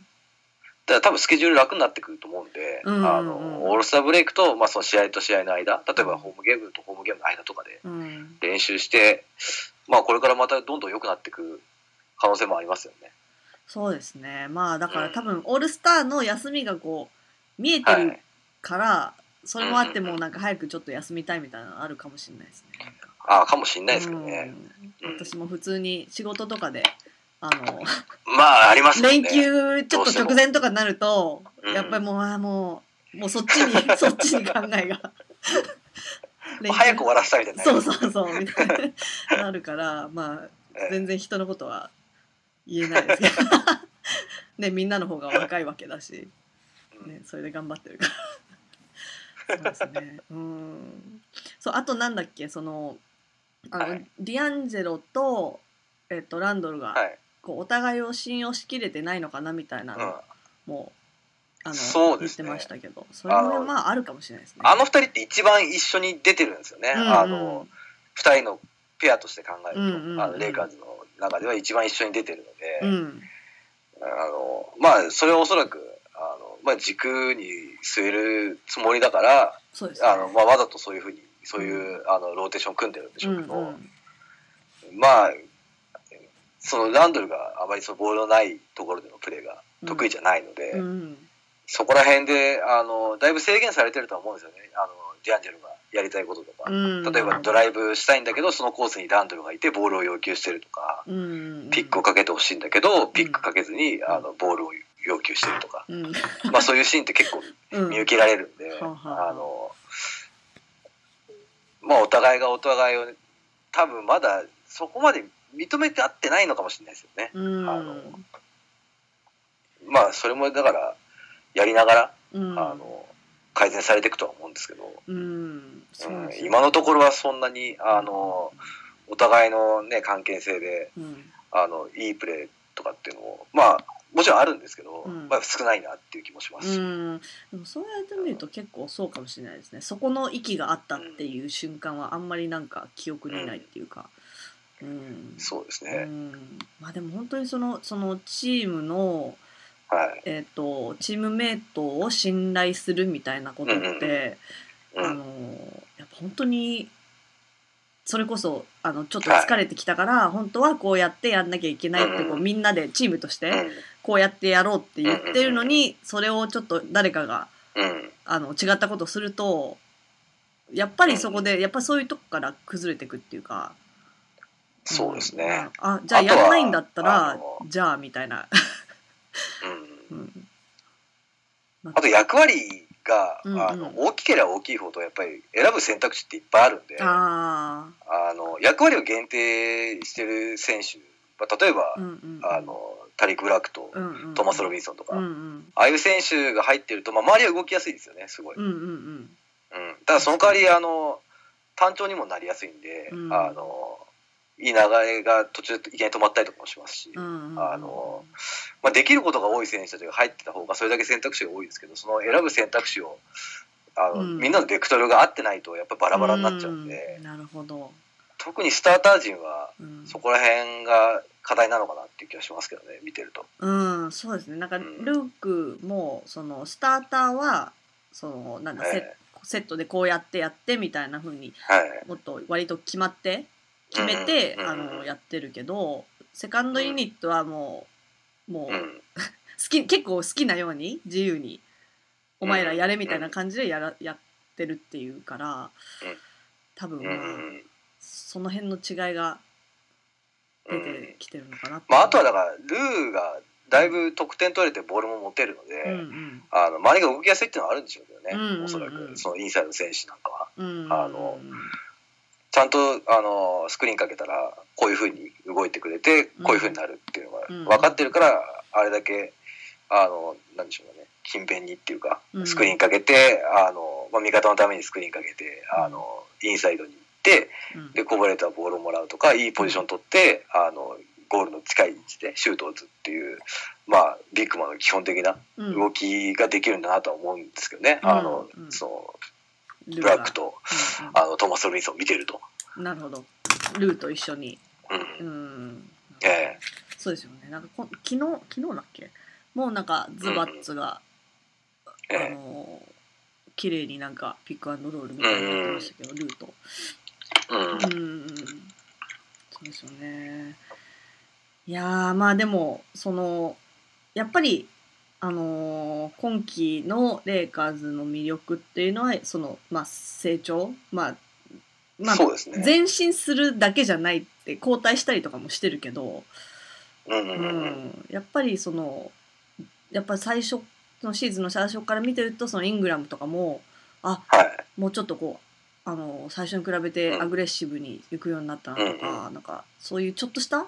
Speaker 2: だから多分スケジュール楽になってくると思うんで、
Speaker 1: うんうんうん
Speaker 2: あのオールスターブレイクと、まあ、その試合と試合の間例えばホームゲームとホームゲームの間とかで
Speaker 1: うん、
Speaker 2: 練習して、まあ、これからまたどんどん良くなっていく可能性もありますよね。
Speaker 1: そうですね。まあ、だから、
Speaker 2: うん
Speaker 1: 多分オールスターの休みがこう見えて
Speaker 2: は
Speaker 1: る
Speaker 2: い
Speaker 1: からそれもあって
Speaker 2: うんうん
Speaker 1: も
Speaker 2: う
Speaker 1: うんなんか早くちょっと休みたいみたいなのあるかもしれないですね。なんか
Speaker 2: ああかもしれないですけどね。
Speaker 1: うん
Speaker 2: うん
Speaker 1: 私も普通に仕事とかであの、
Speaker 2: まあありますよ
Speaker 1: 連
Speaker 2: ね。
Speaker 1: 休ちょっと直前とかになると
Speaker 2: うん
Speaker 1: やっぱりもうあーもうもうそっち
Speaker 2: (laughs)
Speaker 1: にそっちに考えが
Speaker 2: まあ早く終わらせたいみたいな。
Speaker 1: そうそうそうみたいななるからまあ
Speaker 2: ええ
Speaker 1: 全然人のことは言えないですけど
Speaker 2: (laughs)
Speaker 1: ねみんなの方が若いわけだし。
Speaker 2: うん
Speaker 1: ね、それで頑張ってるから。そうですね。うん。そう、あとなんだっけ、その。あの、
Speaker 2: はい
Speaker 1: ディアンジェロと。えっと、ランドルが、
Speaker 2: はい
Speaker 1: こう、お互いを信用しきれてないのかなみたいな
Speaker 2: う
Speaker 1: の
Speaker 2: ん
Speaker 1: を、もう。あの、
Speaker 2: そうですね
Speaker 1: 言ってましたけど、それ
Speaker 2: あ
Speaker 1: も
Speaker 2: の
Speaker 1: まあ、あるかもしれないですね。
Speaker 2: あの二人って一番一緒に出てるんですよね。
Speaker 1: うんうん
Speaker 2: あの二人のペアとして考えると、
Speaker 1: うんうん
Speaker 2: あのレイカーズの中では一番一緒に出てるので。
Speaker 1: うん。
Speaker 2: あのまあそれはおそらくあの、まあ、軸に据えるつもりだから
Speaker 1: そうです、ね。
Speaker 2: あの、まあ、わざとそういうふうにそういうあのローテーションを組んでるんでし
Speaker 1: う
Speaker 2: ょ
Speaker 1: ん
Speaker 2: うけど、
Speaker 1: うん。
Speaker 2: まあそのランドルがあまりそのボールのないところでのプレーが得意じゃないので、
Speaker 1: うん。
Speaker 2: そこら辺であのだいぶ制限されてるとは思うんですよねあのディアンジェロがやりたいこととか。
Speaker 1: うん。
Speaker 2: 例えばドライブしたいんだけどそのコースにランドルがいてボールを要求してるとか
Speaker 1: うん。
Speaker 2: ピックをかけてほしいんだけどピックかけずにあのボールを要求してるとか
Speaker 1: うん。うん。
Speaker 2: まあそういうシーンって結構
Speaker 1: うん
Speaker 2: 見受けられるんで、
Speaker 1: はあはあ
Speaker 2: あの、まあお互いがお互いを多分まだそこまで認めて合ってないのかもしれないですよね。
Speaker 1: うん
Speaker 2: あのまあそれもだからやりながら、
Speaker 1: うん。
Speaker 2: あの改善されていくとは思うんですけど、
Speaker 1: うん。そううんですよね
Speaker 2: 今のところはそんなにあのお互いのね、関係性で、
Speaker 1: うん
Speaker 2: あの、いいプレーとかっていうのも、まあ、もちろんあるんですけど、
Speaker 1: うん
Speaker 2: まあ少ないなっていう気もしま
Speaker 1: う
Speaker 2: すし。
Speaker 1: ん、でもそうやってみると結構そうかもしれないですねそこの息があったっていう瞬間はあんまりなんか記憶にないっていうか、うん
Speaker 2: そうです
Speaker 1: う
Speaker 2: ね。
Speaker 1: んまあ、でも本当にそのそのチームの、
Speaker 2: はい。
Speaker 1: えっとチームメートを信頼するみたいなことって、
Speaker 2: うん
Speaker 1: あのやっぱ本当にそれこそあのちょっと疲れてきたから、本当はこうやってやんなきゃいけないってこ
Speaker 2: う
Speaker 1: うんみんなでチームとして。
Speaker 2: うん。
Speaker 1: こうやってやろうって言ってるのにそれをちょっと誰かが
Speaker 2: うん。
Speaker 1: あの違ったことをするとやっぱりそこでやっぱりそういうとこから崩れていくっていうか
Speaker 2: そうですね。
Speaker 1: うんあじゃあ
Speaker 2: あと
Speaker 1: や
Speaker 2: は
Speaker 1: らないんだった
Speaker 2: あ
Speaker 1: ら
Speaker 2: の
Speaker 1: じゃあみたいな、
Speaker 2: うん。
Speaker 1: うん
Speaker 2: あと役割が、
Speaker 1: うんうん
Speaker 2: あの大きければ大きいほどやっぱり選ぶ選択肢っていっぱいあるんであ
Speaker 1: あ
Speaker 2: の役割を限定してる選手、まあ、例えば、
Speaker 1: ーうんうん
Speaker 2: あのタリック・ブラックと
Speaker 1: うんうんうん
Speaker 2: トーマス・ロビンソンとか、
Speaker 1: うんうん
Speaker 2: ああいう選手が入ってると、まあ、周りは動きやすいですよねすごい、う
Speaker 1: うんんうん
Speaker 2: ただその代わりあの単調にもなりやすいんで、
Speaker 1: うん
Speaker 2: あのいい流れが途中でいきなり止まったりとかもしますし、
Speaker 1: うんうんうん
Speaker 2: あのまあ、できることが多い選手たちが入ってた方がそれだけ選択肢が多いですけどその選ぶ選択肢をあの、
Speaker 1: うん
Speaker 2: みんなのベクトルが合ってないとやっぱりバラバラになっちゃうんで、
Speaker 1: うんなるほど、
Speaker 2: 特にスターター陣は
Speaker 1: うん、
Speaker 2: そこら辺が課題なのかなっていう気がしますけどね見てると。
Speaker 1: うん、そうですね。なんか
Speaker 2: う
Speaker 1: ル
Speaker 2: ん
Speaker 1: ークもそのスターターはそのなんだセ,、
Speaker 2: え
Speaker 1: セットでこうやってやってみたいな風に
Speaker 2: はい、
Speaker 1: もっと割と決まって決めて、
Speaker 2: うんうん
Speaker 1: あ
Speaker 2: う
Speaker 1: の
Speaker 2: ん
Speaker 1: やってるけど、セカンドユニットはもう、もう
Speaker 2: う
Speaker 1: 好
Speaker 2: ん
Speaker 1: き結構好きなように自由にお前らやれみたいな感じでやら、やってるっていうから
Speaker 2: うん、
Speaker 1: 多分
Speaker 2: う
Speaker 1: まあ、
Speaker 2: ん
Speaker 1: その辺の違いが
Speaker 2: う
Speaker 1: 出
Speaker 2: ん
Speaker 1: てきてるのかなって
Speaker 2: まあ、あとはだからルーがだいぶ得点取れてボールも持てるので、
Speaker 1: うん
Speaker 2: あの周りが動きやすいっていうのはあるんでしょうけどね、
Speaker 1: うんうんうん
Speaker 2: おそらくそのインサイドの選手なんかは。
Speaker 1: うんうん、
Speaker 2: あのちゃんとあのスクリーンかけたらこういうふうに動いてくれてこういうふうになるっていう
Speaker 1: うん
Speaker 2: のが分かってるからあれだけあのなんでしょうね勤勉にっていうか
Speaker 1: うん
Speaker 2: スクリーンかけてあの、まあ、味方のためにスクリーンかけてあのインサイドに行って
Speaker 1: うん
Speaker 2: でこぼれたボールをもらうとかいいポジション取ってあのゴールの近い位置でシュートを打つっていう、まあ、ビッグマンの基本的な
Speaker 1: うん
Speaker 2: 動きができるんだなとは思うんですけどね、あの
Speaker 1: うんうん
Speaker 2: その
Speaker 1: ル
Speaker 2: ブ
Speaker 1: ー
Speaker 2: ラックと
Speaker 1: うんうん
Speaker 2: あのトーマス・ロビンソンを見てると。
Speaker 1: なるほど。ルーと一緒に。
Speaker 2: うん
Speaker 1: うん。
Speaker 2: ええ
Speaker 1: そうですよね。なんかこ昨日昨日だっけ？もうなんかズバッツが、
Speaker 2: ええ
Speaker 1: あのー綺麗になんかピックアンドロールみたいになってましたけど、ルーと。
Speaker 2: うん
Speaker 1: うんうんうん。そうですよね。いやーまあでもそのやっぱり。あのー今季のレイカーズの魅力っていうのはその、まあ、成長、まあまあ
Speaker 2: そうですね。
Speaker 1: 前進するだけじゃないって交代したりとかもしてるけど、
Speaker 2: うんう
Speaker 1: うん
Speaker 2: うん
Speaker 1: ん、やっぱりそのやっぱ最初そのシーズンの最初から見てるとそのイングラムとかもあ
Speaker 2: はい。
Speaker 1: もうちょっとこうあの最初に比べてアグレッシブに行くようになったなとか、なんかそういうちょっとした、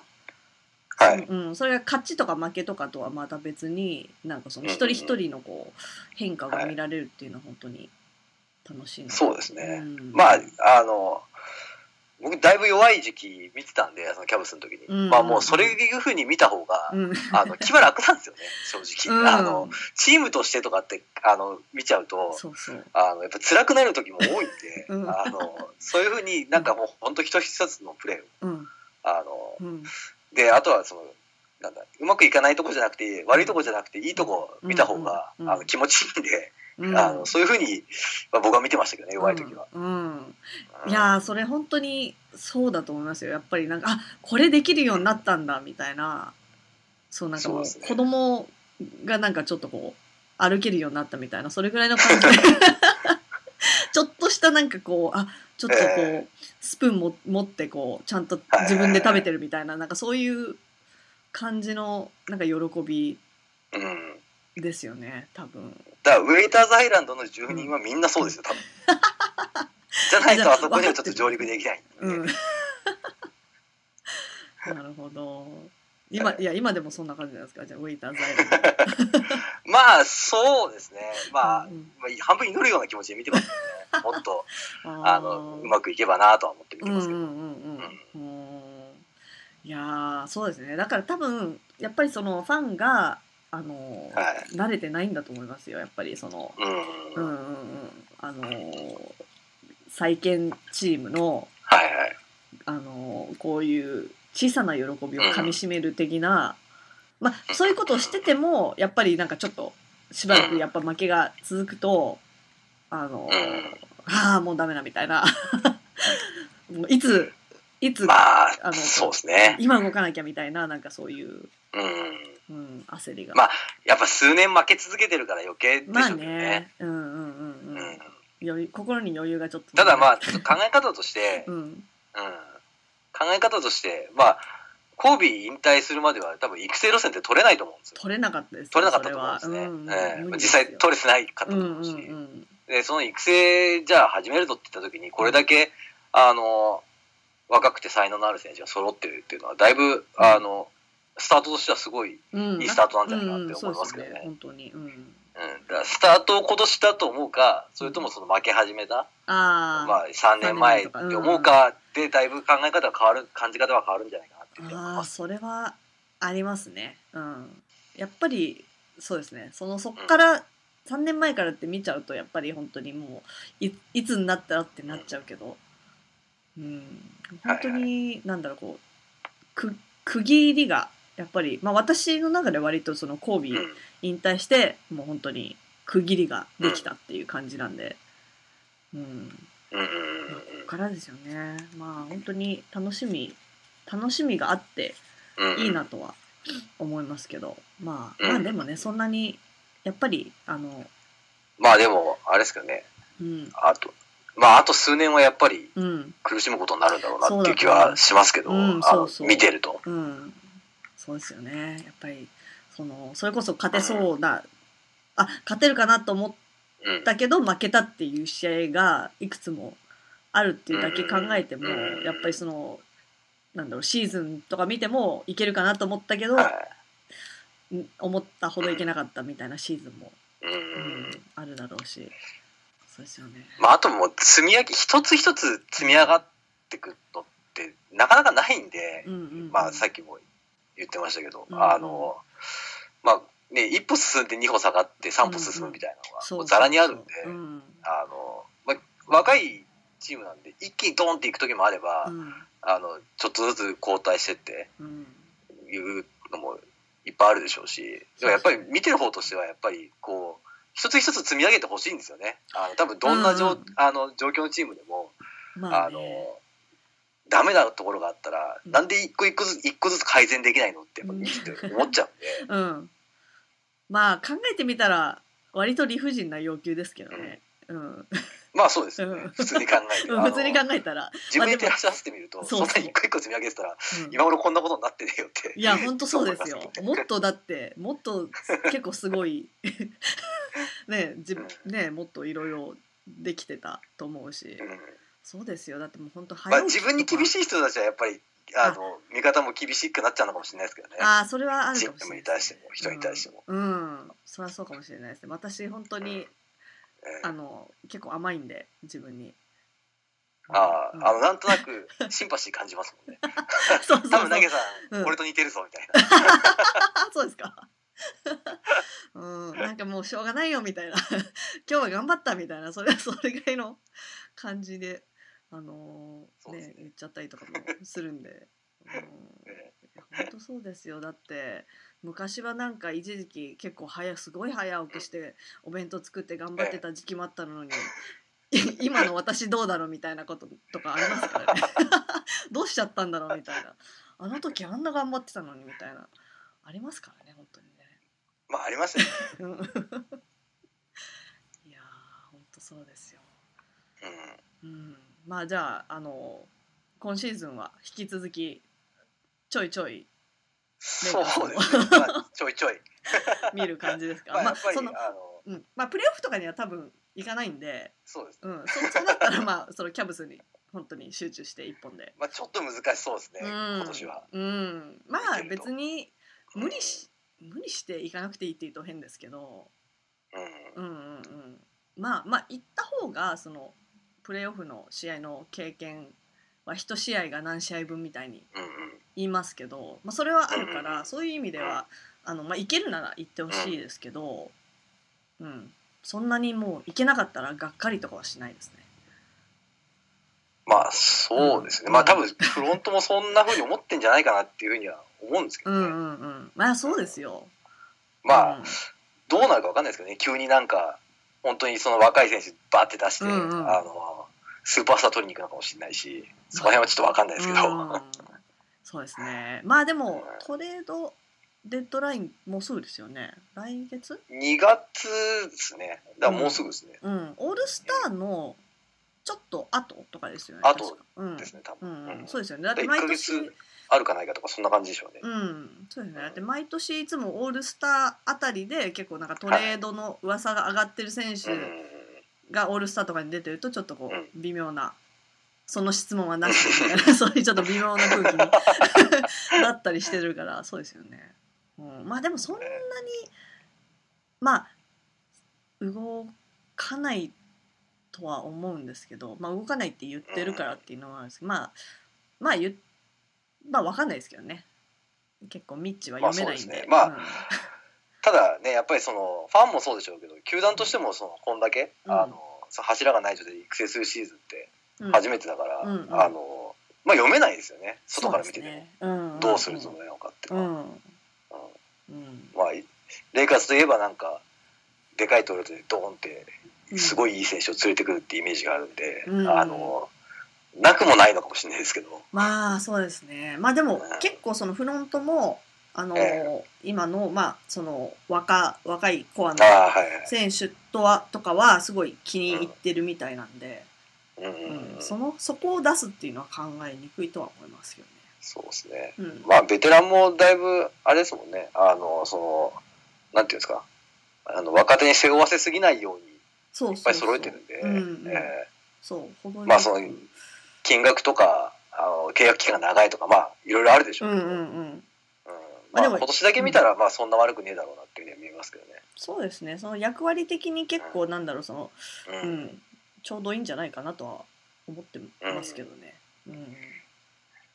Speaker 2: はい。
Speaker 1: うん、それが勝ちとか負けとかとはまた別になんかその一人一人のこう変化が見られるっていうのは本当に楽しいな
Speaker 2: そうですね
Speaker 1: ん
Speaker 2: まあ、あの、僕、だいぶ弱い時期見てたんで、そのキャブスの時に。
Speaker 1: うんうん
Speaker 2: まあ、もう、それいうふうに見た方が、
Speaker 1: うん
Speaker 2: あの、気は楽なんですよね、正直。あ
Speaker 1: う
Speaker 2: の
Speaker 1: ん、
Speaker 2: チームとしてとかって、あの、見ちゃうと、
Speaker 1: そうそう
Speaker 2: あの、やっぱ辛くなる時も多いんで、
Speaker 1: うん
Speaker 2: あの、そういうふうになんかもう、ほんと一つ一つのプレーを、
Speaker 1: うん
Speaker 2: あの、
Speaker 1: うん
Speaker 2: で、あとはその、なんだうまくいかないとこじゃなくて悪いとこじゃなくていいとこ見た方が、
Speaker 1: うんうんうん
Speaker 2: あの気持ちいいんで、
Speaker 1: うん
Speaker 2: あのそういうふうに、まあ、僕は見てましたけどね弱い時は。
Speaker 1: うんうん
Speaker 2: うん
Speaker 1: いやーそれ本当にそうだと思いますよやっぱりなんかあこれできるようになったんだみたいなそうなんかもう
Speaker 2: そうですね
Speaker 1: 子供がなんかちょっとこう歩けるようになったみたいなそれぐらいの感じ
Speaker 2: (laughs)
Speaker 1: でちょっとしたなんかこうあちょっとこう、
Speaker 2: え
Speaker 1: スプーンも持ってこうちゃんと
Speaker 2: はいはい
Speaker 1: 自分で食べてるみたいななんかそういう感じのなんか喜び
Speaker 2: うん
Speaker 1: ですよね多分。
Speaker 2: だからウェイターズアイランドの住人はみんなそうですよ多
Speaker 1: (laughs)
Speaker 2: 分。じゃないとあそこにはちょっと上陸できない。
Speaker 1: うん。
Speaker 2: (laughs)
Speaker 1: なるほど。今、いや、今でもそんな感じなんですか、じゃあ、ウェイターズアイランド
Speaker 2: まあそうですね。まあ、
Speaker 1: うん
Speaker 2: まあ半分祈るような気持ちで
Speaker 1: (laughs)
Speaker 2: 見てますけどね。もっと
Speaker 1: あー
Speaker 2: あのうまくいけばなとは思って見て
Speaker 1: うんう
Speaker 2: ま
Speaker 1: ん
Speaker 2: すけど。
Speaker 1: うんうん。いやーそうですねだから多分やっぱりそのファンがあの、
Speaker 2: は
Speaker 1: 慣れてないんだと思いますよやっぱりその
Speaker 2: う
Speaker 1: うん
Speaker 2: ん。
Speaker 1: うんうんあの再建チームの
Speaker 2: はいはい。
Speaker 1: あのこういう小さな喜びをかみしめる的な、まあ、そういうことをしててもやっぱりなんかちょっとしばらくやっぱ負けが続くとあの、
Speaker 2: うん
Speaker 1: ああもうダメだみたいな (laughs) もういついつ、
Speaker 2: まあ、
Speaker 1: あの
Speaker 2: そうですね。
Speaker 1: 今動かなきゃみたいななんかそういう、
Speaker 2: うん。
Speaker 1: うん、焦りが。
Speaker 2: まあやっぱ数年負け続けてるから余計でしょう
Speaker 1: まあ
Speaker 2: けどね。
Speaker 1: ね、うんうんうんう
Speaker 2: うんん、
Speaker 1: 余裕心に余裕がちょっと。
Speaker 2: ただまあ、ちょっと考え方として、
Speaker 1: う
Speaker 2: うん、
Speaker 1: ん、
Speaker 2: 考え方として、まあ、コービー引退するまでは多分育成路線って取れないと思うんですよ。
Speaker 1: 取れなかったです。
Speaker 2: 取れなかったと思うんですね。
Speaker 1: それは
Speaker 2: ええ
Speaker 1: うん、無理で
Speaker 2: 実
Speaker 1: す
Speaker 2: 際
Speaker 1: よ
Speaker 2: 取れてないかと
Speaker 1: うん
Speaker 2: 思
Speaker 1: う
Speaker 2: うし、
Speaker 1: ん
Speaker 2: でその育成じゃあ始めるぞって言った時にこれだけあの若くて才能のある選手が揃ってるっていうのはだいぶあのスタートとしてはすごい、
Speaker 1: うん、うん、
Speaker 2: いいスタートなんじゃないかなって思いますけどね
Speaker 1: うんうんそうですよ本当に、うん、
Speaker 2: うん、だからスタートを今年だと思うかそれともその負け始めた
Speaker 1: あー
Speaker 2: まあ、3年前って思うかでだいぶ考え方は変わる感じ方は変わるんじゃないかなっていうふうに思い
Speaker 1: あ
Speaker 2: ま
Speaker 1: ー
Speaker 2: す。
Speaker 1: それはありますねうんやっぱりそうですねそのそっから3年前からって見ちゃうとやっぱり本当にもういいつになったらってなっちゃうけどうん本当
Speaker 2: はい
Speaker 1: になんだろうこうく区切りがやっぱりまあ私の中で割とそのコービ
Speaker 2: う
Speaker 1: ー
Speaker 2: ん
Speaker 1: 引退してもう本当に区切りができたっていう感じなんでうん
Speaker 2: うんうんうん
Speaker 1: ここからですよねまあ本当に楽しみ楽しみがあって
Speaker 2: うんうん
Speaker 1: いいなとは思いますけど、まあ、
Speaker 2: うん
Speaker 1: まあでもねそんなにやっぱりあの
Speaker 2: まあでもあれですけどね
Speaker 1: うん、
Speaker 2: あとまああと数年はやっぱり
Speaker 1: うん
Speaker 2: 苦しむことになるんだろうなっていう気はしますけど、
Speaker 1: そうだと思ううん
Speaker 2: あの
Speaker 1: そうそう
Speaker 2: 見てると。
Speaker 1: うん、そうですよねやっぱりそのそれこそ勝てそうな、あ勝てるかなと思っ
Speaker 2: うん
Speaker 1: たけど負けたっていう試合がいくつもあるっていうだけ考えても、
Speaker 2: うん
Speaker 1: やっぱりそのなんだろうシーズンとか見てもいけるかなと思ったけど、
Speaker 2: はい
Speaker 1: ん思ったほどいけなかったみたいなシーズンも、
Speaker 2: うんうん
Speaker 1: う
Speaker 2: う
Speaker 1: ん、
Speaker 2: ん
Speaker 1: あるだろうしそうですよね。
Speaker 2: まあ、あともう積み上げ一つ一つ積み上がってくのってなかなかないんで、
Speaker 1: うんうんうん
Speaker 2: まあ、さっきも言ってましたけど、
Speaker 1: うんうん
Speaker 2: あのまあね一歩進んで二歩下がって三歩進むみたいなのが
Speaker 1: そう
Speaker 2: もうざらにあるんで、
Speaker 1: そうそううん
Speaker 2: あのまあ、若いチームなんで一気にドーンっていく時もあれば、
Speaker 1: うん
Speaker 2: あのちょっとずつ交代してって
Speaker 1: うん
Speaker 2: いうのもいっぱいあるでしょうしでもやっぱり見てる方としてはやっぱりこう一つ一つ積み上げてほしいんですよね。あの多分どんな状,、
Speaker 1: うんうん
Speaker 2: あの状況のチームでも
Speaker 1: まあ
Speaker 2: あ
Speaker 1: ね、
Speaker 2: のダメなところがあったら、
Speaker 1: うん
Speaker 2: なんで一個一個ずつ一個ずつ改善できないのってやっぱ見てて思っち
Speaker 1: (laughs)
Speaker 2: ゃうんで、
Speaker 1: うん、まあ考えてみたら割と理不尽な要求ですけどね、うん
Speaker 2: ままあそうですよね、
Speaker 1: うん
Speaker 2: 普通に考えて、あの
Speaker 1: 普通に考えたら、
Speaker 2: 自分で照らし合わせてみると、
Speaker 1: そうそ
Speaker 2: そ
Speaker 1: うん
Speaker 2: な一個一個積み上げてたら、
Speaker 1: うん
Speaker 2: 今頃こんなことになってねえよって。
Speaker 1: いや本当そうですよ
Speaker 2: 思います
Speaker 1: もっとだってもっと結構すごい (laughs) ね自分ねもっといろいろできてたと思うし
Speaker 2: うん
Speaker 1: そうですよだってもう本当
Speaker 2: まあ、自分に厳し
Speaker 1: い
Speaker 2: い人たちはやっぱりあの味方も厳しくなっちゃうのかもしれないですけどね。
Speaker 1: ああそれはある
Speaker 2: チ
Speaker 1: か
Speaker 2: ー
Speaker 1: もしれな
Speaker 2: ム
Speaker 1: い
Speaker 2: に対しても人に対しても。
Speaker 1: うん、うんそりゃそうかもしれないですね私本当に
Speaker 2: え
Speaker 1: あ
Speaker 2: ー
Speaker 1: の結構甘いんで自分に。
Speaker 2: あ
Speaker 1: うん
Speaker 2: ああのなんとなくシンパシー感じますもんね。
Speaker 1: (laughs) そうそうそう
Speaker 2: 多分投げさ
Speaker 1: うん
Speaker 2: ん、俺と似てるぞみたい
Speaker 1: (laughs)
Speaker 2: な。
Speaker 1: あ (laughs) そうですか。 (laughs) うん、なんかもうしょうがないよみたいな (laughs) 今日は頑 (laughs) 張ったみたいなそれそれぐらいの感じで、あのー
Speaker 2: そう
Speaker 1: ね
Speaker 2: ですね
Speaker 1: 言っちゃったりとかもするんで、うん、
Speaker 2: (laughs) え
Speaker 1: いや本当そうですよだって昔はなんか一時期結構早すごい早起きしてお弁当作って頑張ってた時期もあったのに (laughs) い今の私どうだろうみたいなこととかありますから
Speaker 2: (laughs)
Speaker 1: ねどうしちゃったんだろうみたいなあの時あんな頑張ってたのにみたいなありますからね本当にね
Speaker 2: まあありますよね。
Speaker 1: うんいやー本当そうですよ、
Speaker 2: うん
Speaker 1: うん、まあじゃああの今シーズンは引き続きちょいちょい
Speaker 2: そうですね。まあ、ちょいちょい。
Speaker 1: 見る感じですか。
Speaker 2: (laughs) まあ、
Speaker 1: (laughs) まあ
Speaker 2: やっぱり、
Speaker 1: そ
Speaker 2: あ
Speaker 1: の
Speaker 2: の、
Speaker 1: うんまあプレーオフとかには多分行かないんで、
Speaker 2: そうですね。
Speaker 1: うん、そ (laughs) そうなったらまあそのキャブスに本当に集中して一本で。
Speaker 2: まあ、ちょっと難しそうですね。
Speaker 1: うん、
Speaker 2: 今年は。
Speaker 1: うん、まあ別に
Speaker 2: うん
Speaker 1: 無理し無理して行かなくていいって言うと変ですけど、
Speaker 2: うん。
Speaker 1: うんうんうん、まあまあ行った方がそのプレーオフの試合の経験は1試合が何試合分みたいに
Speaker 2: うんうん
Speaker 1: 言いますけど、まあ、それはあるか
Speaker 2: うん
Speaker 1: ら、
Speaker 2: うん
Speaker 1: そういう意味ではあの、まあ、行けるなら行ってほしいですけど、うん、そんなにもう行けなかったらがっかりとかはしないですね。
Speaker 2: まあそうですね、まあ多分フロントもそんな風に思ってんじゃないかなっていうふうには思うんですけ
Speaker 1: う
Speaker 2: どね、
Speaker 1: んうんうん、まあそうですよ。
Speaker 2: まあ
Speaker 1: うん
Speaker 2: どうなるかわかんないですけどね急になんか本当にその若い選手バーって出して、
Speaker 1: うんうん
Speaker 2: あのスーパースター取りに行くのかもしれないしそこら辺はちょっとわかんないですけど、
Speaker 1: うんそうですね。まあでもトレードデッドラインもうすぐですよね。来月？
Speaker 2: 2月ですねだからもうすぐですね、
Speaker 1: うん。オールスターのちょっと後とかですよね。
Speaker 2: 後
Speaker 1: 確かうん
Speaker 2: ですね多
Speaker 1: う
Speaker 2: 分、
Speaker 1: んうん
Speaker 2: うん
Speaker 1: そうですよね。だって
Speaker 2: 1
Speaker 1: 毎
Speaker 2: ヶ
Speaker 1: 年、
Speaker 2: 月あるかないかとかそんな感じでしょうね、
Speaker 1: うん、そうですね。だって毎年いつもオールスターあたりで結構なんかトレードの噂が上がってる選
Speaker 2: うん
Speaker 1: 手がオールスターとかに出てるとちょっとこ
Speaker 2: う
Speaker 1: う微妙な。その質問はなしみたいな (laughs) そういうちょっと微妙な空気に (laughs) なったりしてるからそうですよね、うん、まあでもそんなにまあ動かないとは思うんですけど、まあ、動かないって言ってるからっていうのはあるんですけど、まあまあ言っまあわかんないですけどね結構ミッチは読めないんで,うん、
Speaker 2: まあそうただねやっぱりそのファンもそうでしょうけど球団としてもそのこんだけ、
Speaker 1: うん
Speaker 2: あのその柱がない状態で育成するシーズンって
Speaker 1: うん
Speaker 2: 初めてだから、
Speaker 1: うんうん
Speaker 2: あのまあ、読めないですよね外から見てても、
Speaker 1: も
Speaker 2: どうするつもりなのかっていううの
Speaker 1: んう
Speaker 2: は、
Speaker 1: ん
Speaker 2: まあ、レイカーズといえばなんかでかいトレードでドーンって
Speaker 1: うん、
Speaker 2: す
Speaker 1: い、
Speaker 2: ごいいい選手を連れてくるってイメージがあるんで、
Speaker 1: うん
Speaker 2: あのなくもないのかもしれないですけど、
Speaker 1: まあそうですねまあでも
Speaker 2: うん
Speaker 1: 結構そのフロントもあの、
Speaker 2: え
Speaker 1: 今のまあその若若いコア
Speaker 2: ああ
Speaker 1: の
Speaker 2: はいはい
Speaker 1: 選手とはとかはすごい気に入ってるみたいなんで、
Speaker 2: うんうん
Speaker 1: う
Speaker 2: うん
Speaker 1: んそのそこを出すっていうのは考えにくいとは思いますよ
Speaker 2: そうですね
Speaker 1: ね。うん
Speaker 2: まあベテランもだいぶあれですもんねあのそのなんていうんですかあの若手に背負わせすぎないようにいっ
Speaker 1: そうそ
Speaker 2: ぱ
Speaker 1: う
Speaker 2: い
Speaker 1: そう
Speaker 2: 揃えてるんで
Speaker 1: うんうん
Speaker 2: えー
Speaker 1: そう程よく
Speaker 2: まあその金額とかあの契約期間が長いとかまあいろいろあるでし
Speaker 1: う
Speaker 2: ょ
Speaker 1: ん
Speaker 2: う
Speaker 1: う
Speaker 2: け
Speaker 1: ん
Speaker 2: ど、うん
Speaker 1: うんまあ
Speaker 2: ま
Speaker 1: で
Speaker 2: あ、
Speaker 1: も
Speaker 2: 今年だけ見たらまあそんな悪くねえだろうなっていうふうには見えますけど
Speaker 1: そうですねその役割的に結構なんだろうその、
Speaker 2: ね、
Speaker 1: う
Speaker 2: うん
Speaker 1: ん、ちょうどいいんじゃないかなとは思ってますけどね。うん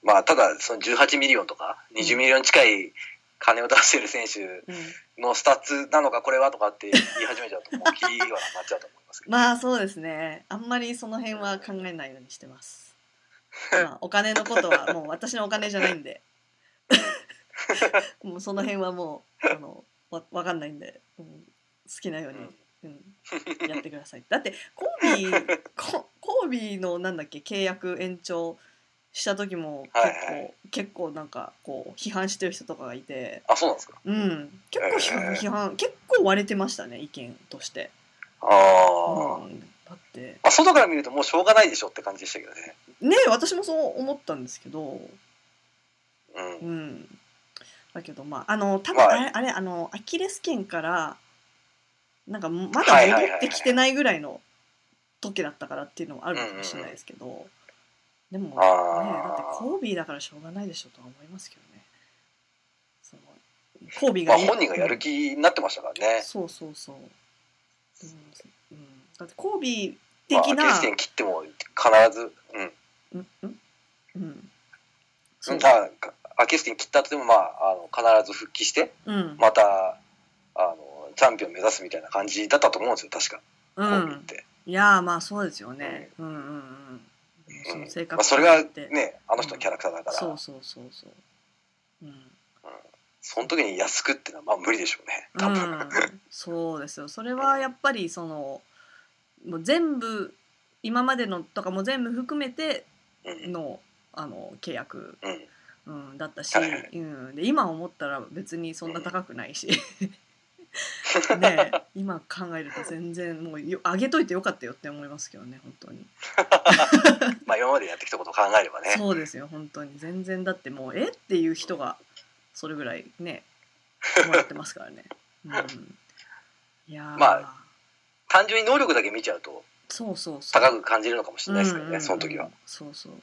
Speaker 2: まあただその18ミリオンとか20ミリオン近い金を出してる選手
Speaker 1: うん
Speaker 2: のスタッツなのかこれはとかって言い始めちゃうともうキリがなくなっちゃうと思いますけど、
Speaker 1: まあそうですねあんまりその辺は考えないようにして
Speaker 2: (laughs)
Speaker 1: ます、まあ、お金のことはもう私のお金じゃないん
Speaker 2: (laughs)
Speaker 1: でもうその辺はもうあのわわかんないんで、うん、好きなように、うん、やってくださいだってコービ
Speaker 2: (laughs)
Speaker 1: ーココービーのなんだっけ契約延長した時も結構、
Speaker 2: はいは
Speaker 1: 結構なんかこう批判してる人とかがいて、
Speaker 2: あそうなんですか
Speaker 1: うん、結構批判,、
Speaker 2: えー
Speaker 1: 批判結構割れてましたね意見として、
Speaker 2: ああ、
Speaker 1: うん、だって
Speaker 2: まあ、外から見るともうしょうがないでしょって感じでしたけどね。
Speaker 1: ね私もそう思ったんですけど
Speaker 2: う。
Speaker 1: うんんだけどまああの多分
Speaker 2: まあ
Speaker 1: あれ,、あれあのアキレス腱からなんかまだ
Speaker 2: はいはいはいはい
Speaker 1: 戻ってきてないぐらいの時だったからっていうのもあるのかもしれないですけど、でもねだって
Speaker 2: ああ。
Speaker 1: コービーだからしょうがないでしょとは思いますけどねそのコービー
Speaker 2: ま
Speaker 1: が
Speaker 2: あ
Speaker 1: いい、
Speaker 2: 本人がやる気になってましたからね。
Speaker 1: そうそうそう、うんうん、だってコービー
Speaker 2: まあ、アキ
Speaker 1: 的な、
Speaker 2: レス腱切っても必ず、うん。
Speaker 1: うんうんうん
Speaker 2: うんだからアキレス腱切った後でもまあ、あの、必ず復帰して、
Speaker 1: うん
Speaker 2: また、あの、チャンピオン目指すみたいな感じだったと思うんですよ、確か。
Speaker 1: う
Speaker 2: コービーっ
Speaker 1: ん
Speaker 2: て。
Speaker 1: いやーまあそうですよね。うんうんうん。その性
Speaker 2: まあ、
Speaker 1: 格
Speaker 2: それ
Speaker 1: によ
Speaker 2: が
Speaker 1: って
Speaker 2: ね、あの人のキャラクターだから、
Speaker 1: そう
Speaker 2: そ
Speaker 1: そうそうそう。うん。
Speaker 2: の時に安くってのはまあ無理でしょうね、多
Speaker 1: う
Speaker 2: 分。
Speaker 1: ん、そうですよ。それはやっぱりそのもう全部今までのとかも全部含めて
Speaker 2: うん。
Speaker 1: のあの契約、
Speaker 2: うん。
Speaker 1: うん、だったし、
Speaker 2: はいはい
Speaker 1: うん、で今思ったら別にそんな高く
Speaker 2: (laughs)
Speaker 1: ないし。ねえ今考えると全然もうよ上げといてよかったよって思いますけどね本当に
Speaker 2: まあ今までやってきたことを考えればね。
Speaker 1: そうですよ本当に全然だってもうえっていう人がそれぐらいねもらってますからね、うん、いやー
Speaker 2: (laughs) まあ単純に能力だけ見ちゃうと
Speaker 1: そうそうそう
Speaker 2: 高く感じるのかもしれないですけどね、
Speaker 1: うんうんうん
Speaker 2: その時は。
Speaker 1: そうそう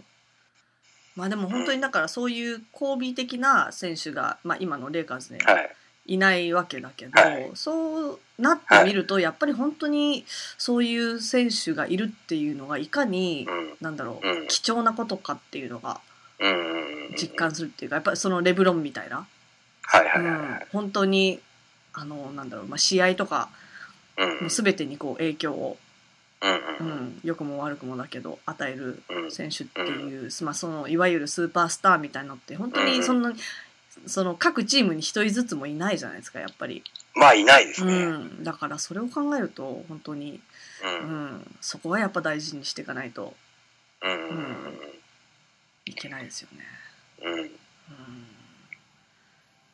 Speaker 1: まあでも本当にだからそういう交尾的な選手が、まあ、今のレイカーズで
Speaker 2: はい。
Speaker 1: いないわけだけど、
Speaker 3: はい
Speaker 1: そうなってみるとやっぱり本当にそういう選手がいるっていうのがいかに
Speaker 3: う、ん
Speaker 1: なんだろう、
Speaker 3: うん
Speaker 1: 貴重なことかっていうのが
Speaker 3: うんうんうん
Speaker 1: 実感するっていうかやっぱりそのレブロンみたいな、
Speaker 3: はいは
Speaker 1: う
Speaker 3: いはいは
Speaker 1: ん
Speaker 3: い、
Speaker 1: 本当にあのなんだろう、まあ、試合とか
Speaker 3: うん
Speaker 1: の全てにこう影響を、う
Speaker 3: うん
Speaker 1: ん、良くも悪くもだけど与える
Speaker 3: うんうん
Speaker 1: 選手っていう、まあ、そのいわゆるスーパースターみたいなのって本当にそんな、その各チームに一人ずつもいないじゃないですかやっぱり、
Speaker 3: まあいないです
Speaker 1: う
Speaker 3: ね
Speaker 1: ん、だからそれを考えると本当に、
Speaker 3: うん
Speaker 1: う
Speaker 3: うん
Speaker 1: ん、そこはやっぱ大事にしていかないと
Speaker 3: うんうん
Speaker 1: いけないですよね。
Speaker 3: うんうん
Speaker 1: うん、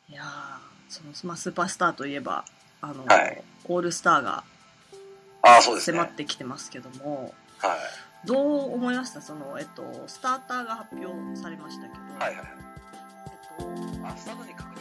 Speaker 1: いやーその、まあ、スーパースターといえばあの、
Speaker 3: はい
Speaker 1: オールスターが
Speaker 3: ああそうですね
Speaker 1: 迫
Speaker 3: はい
Speaker 1: ってきてますけども、どう思いましたその、えっと、スターターが発表されましたけど、
Speaker 3: はいはい
Speaker 1: えっと
Speaker 3: あスタートに確認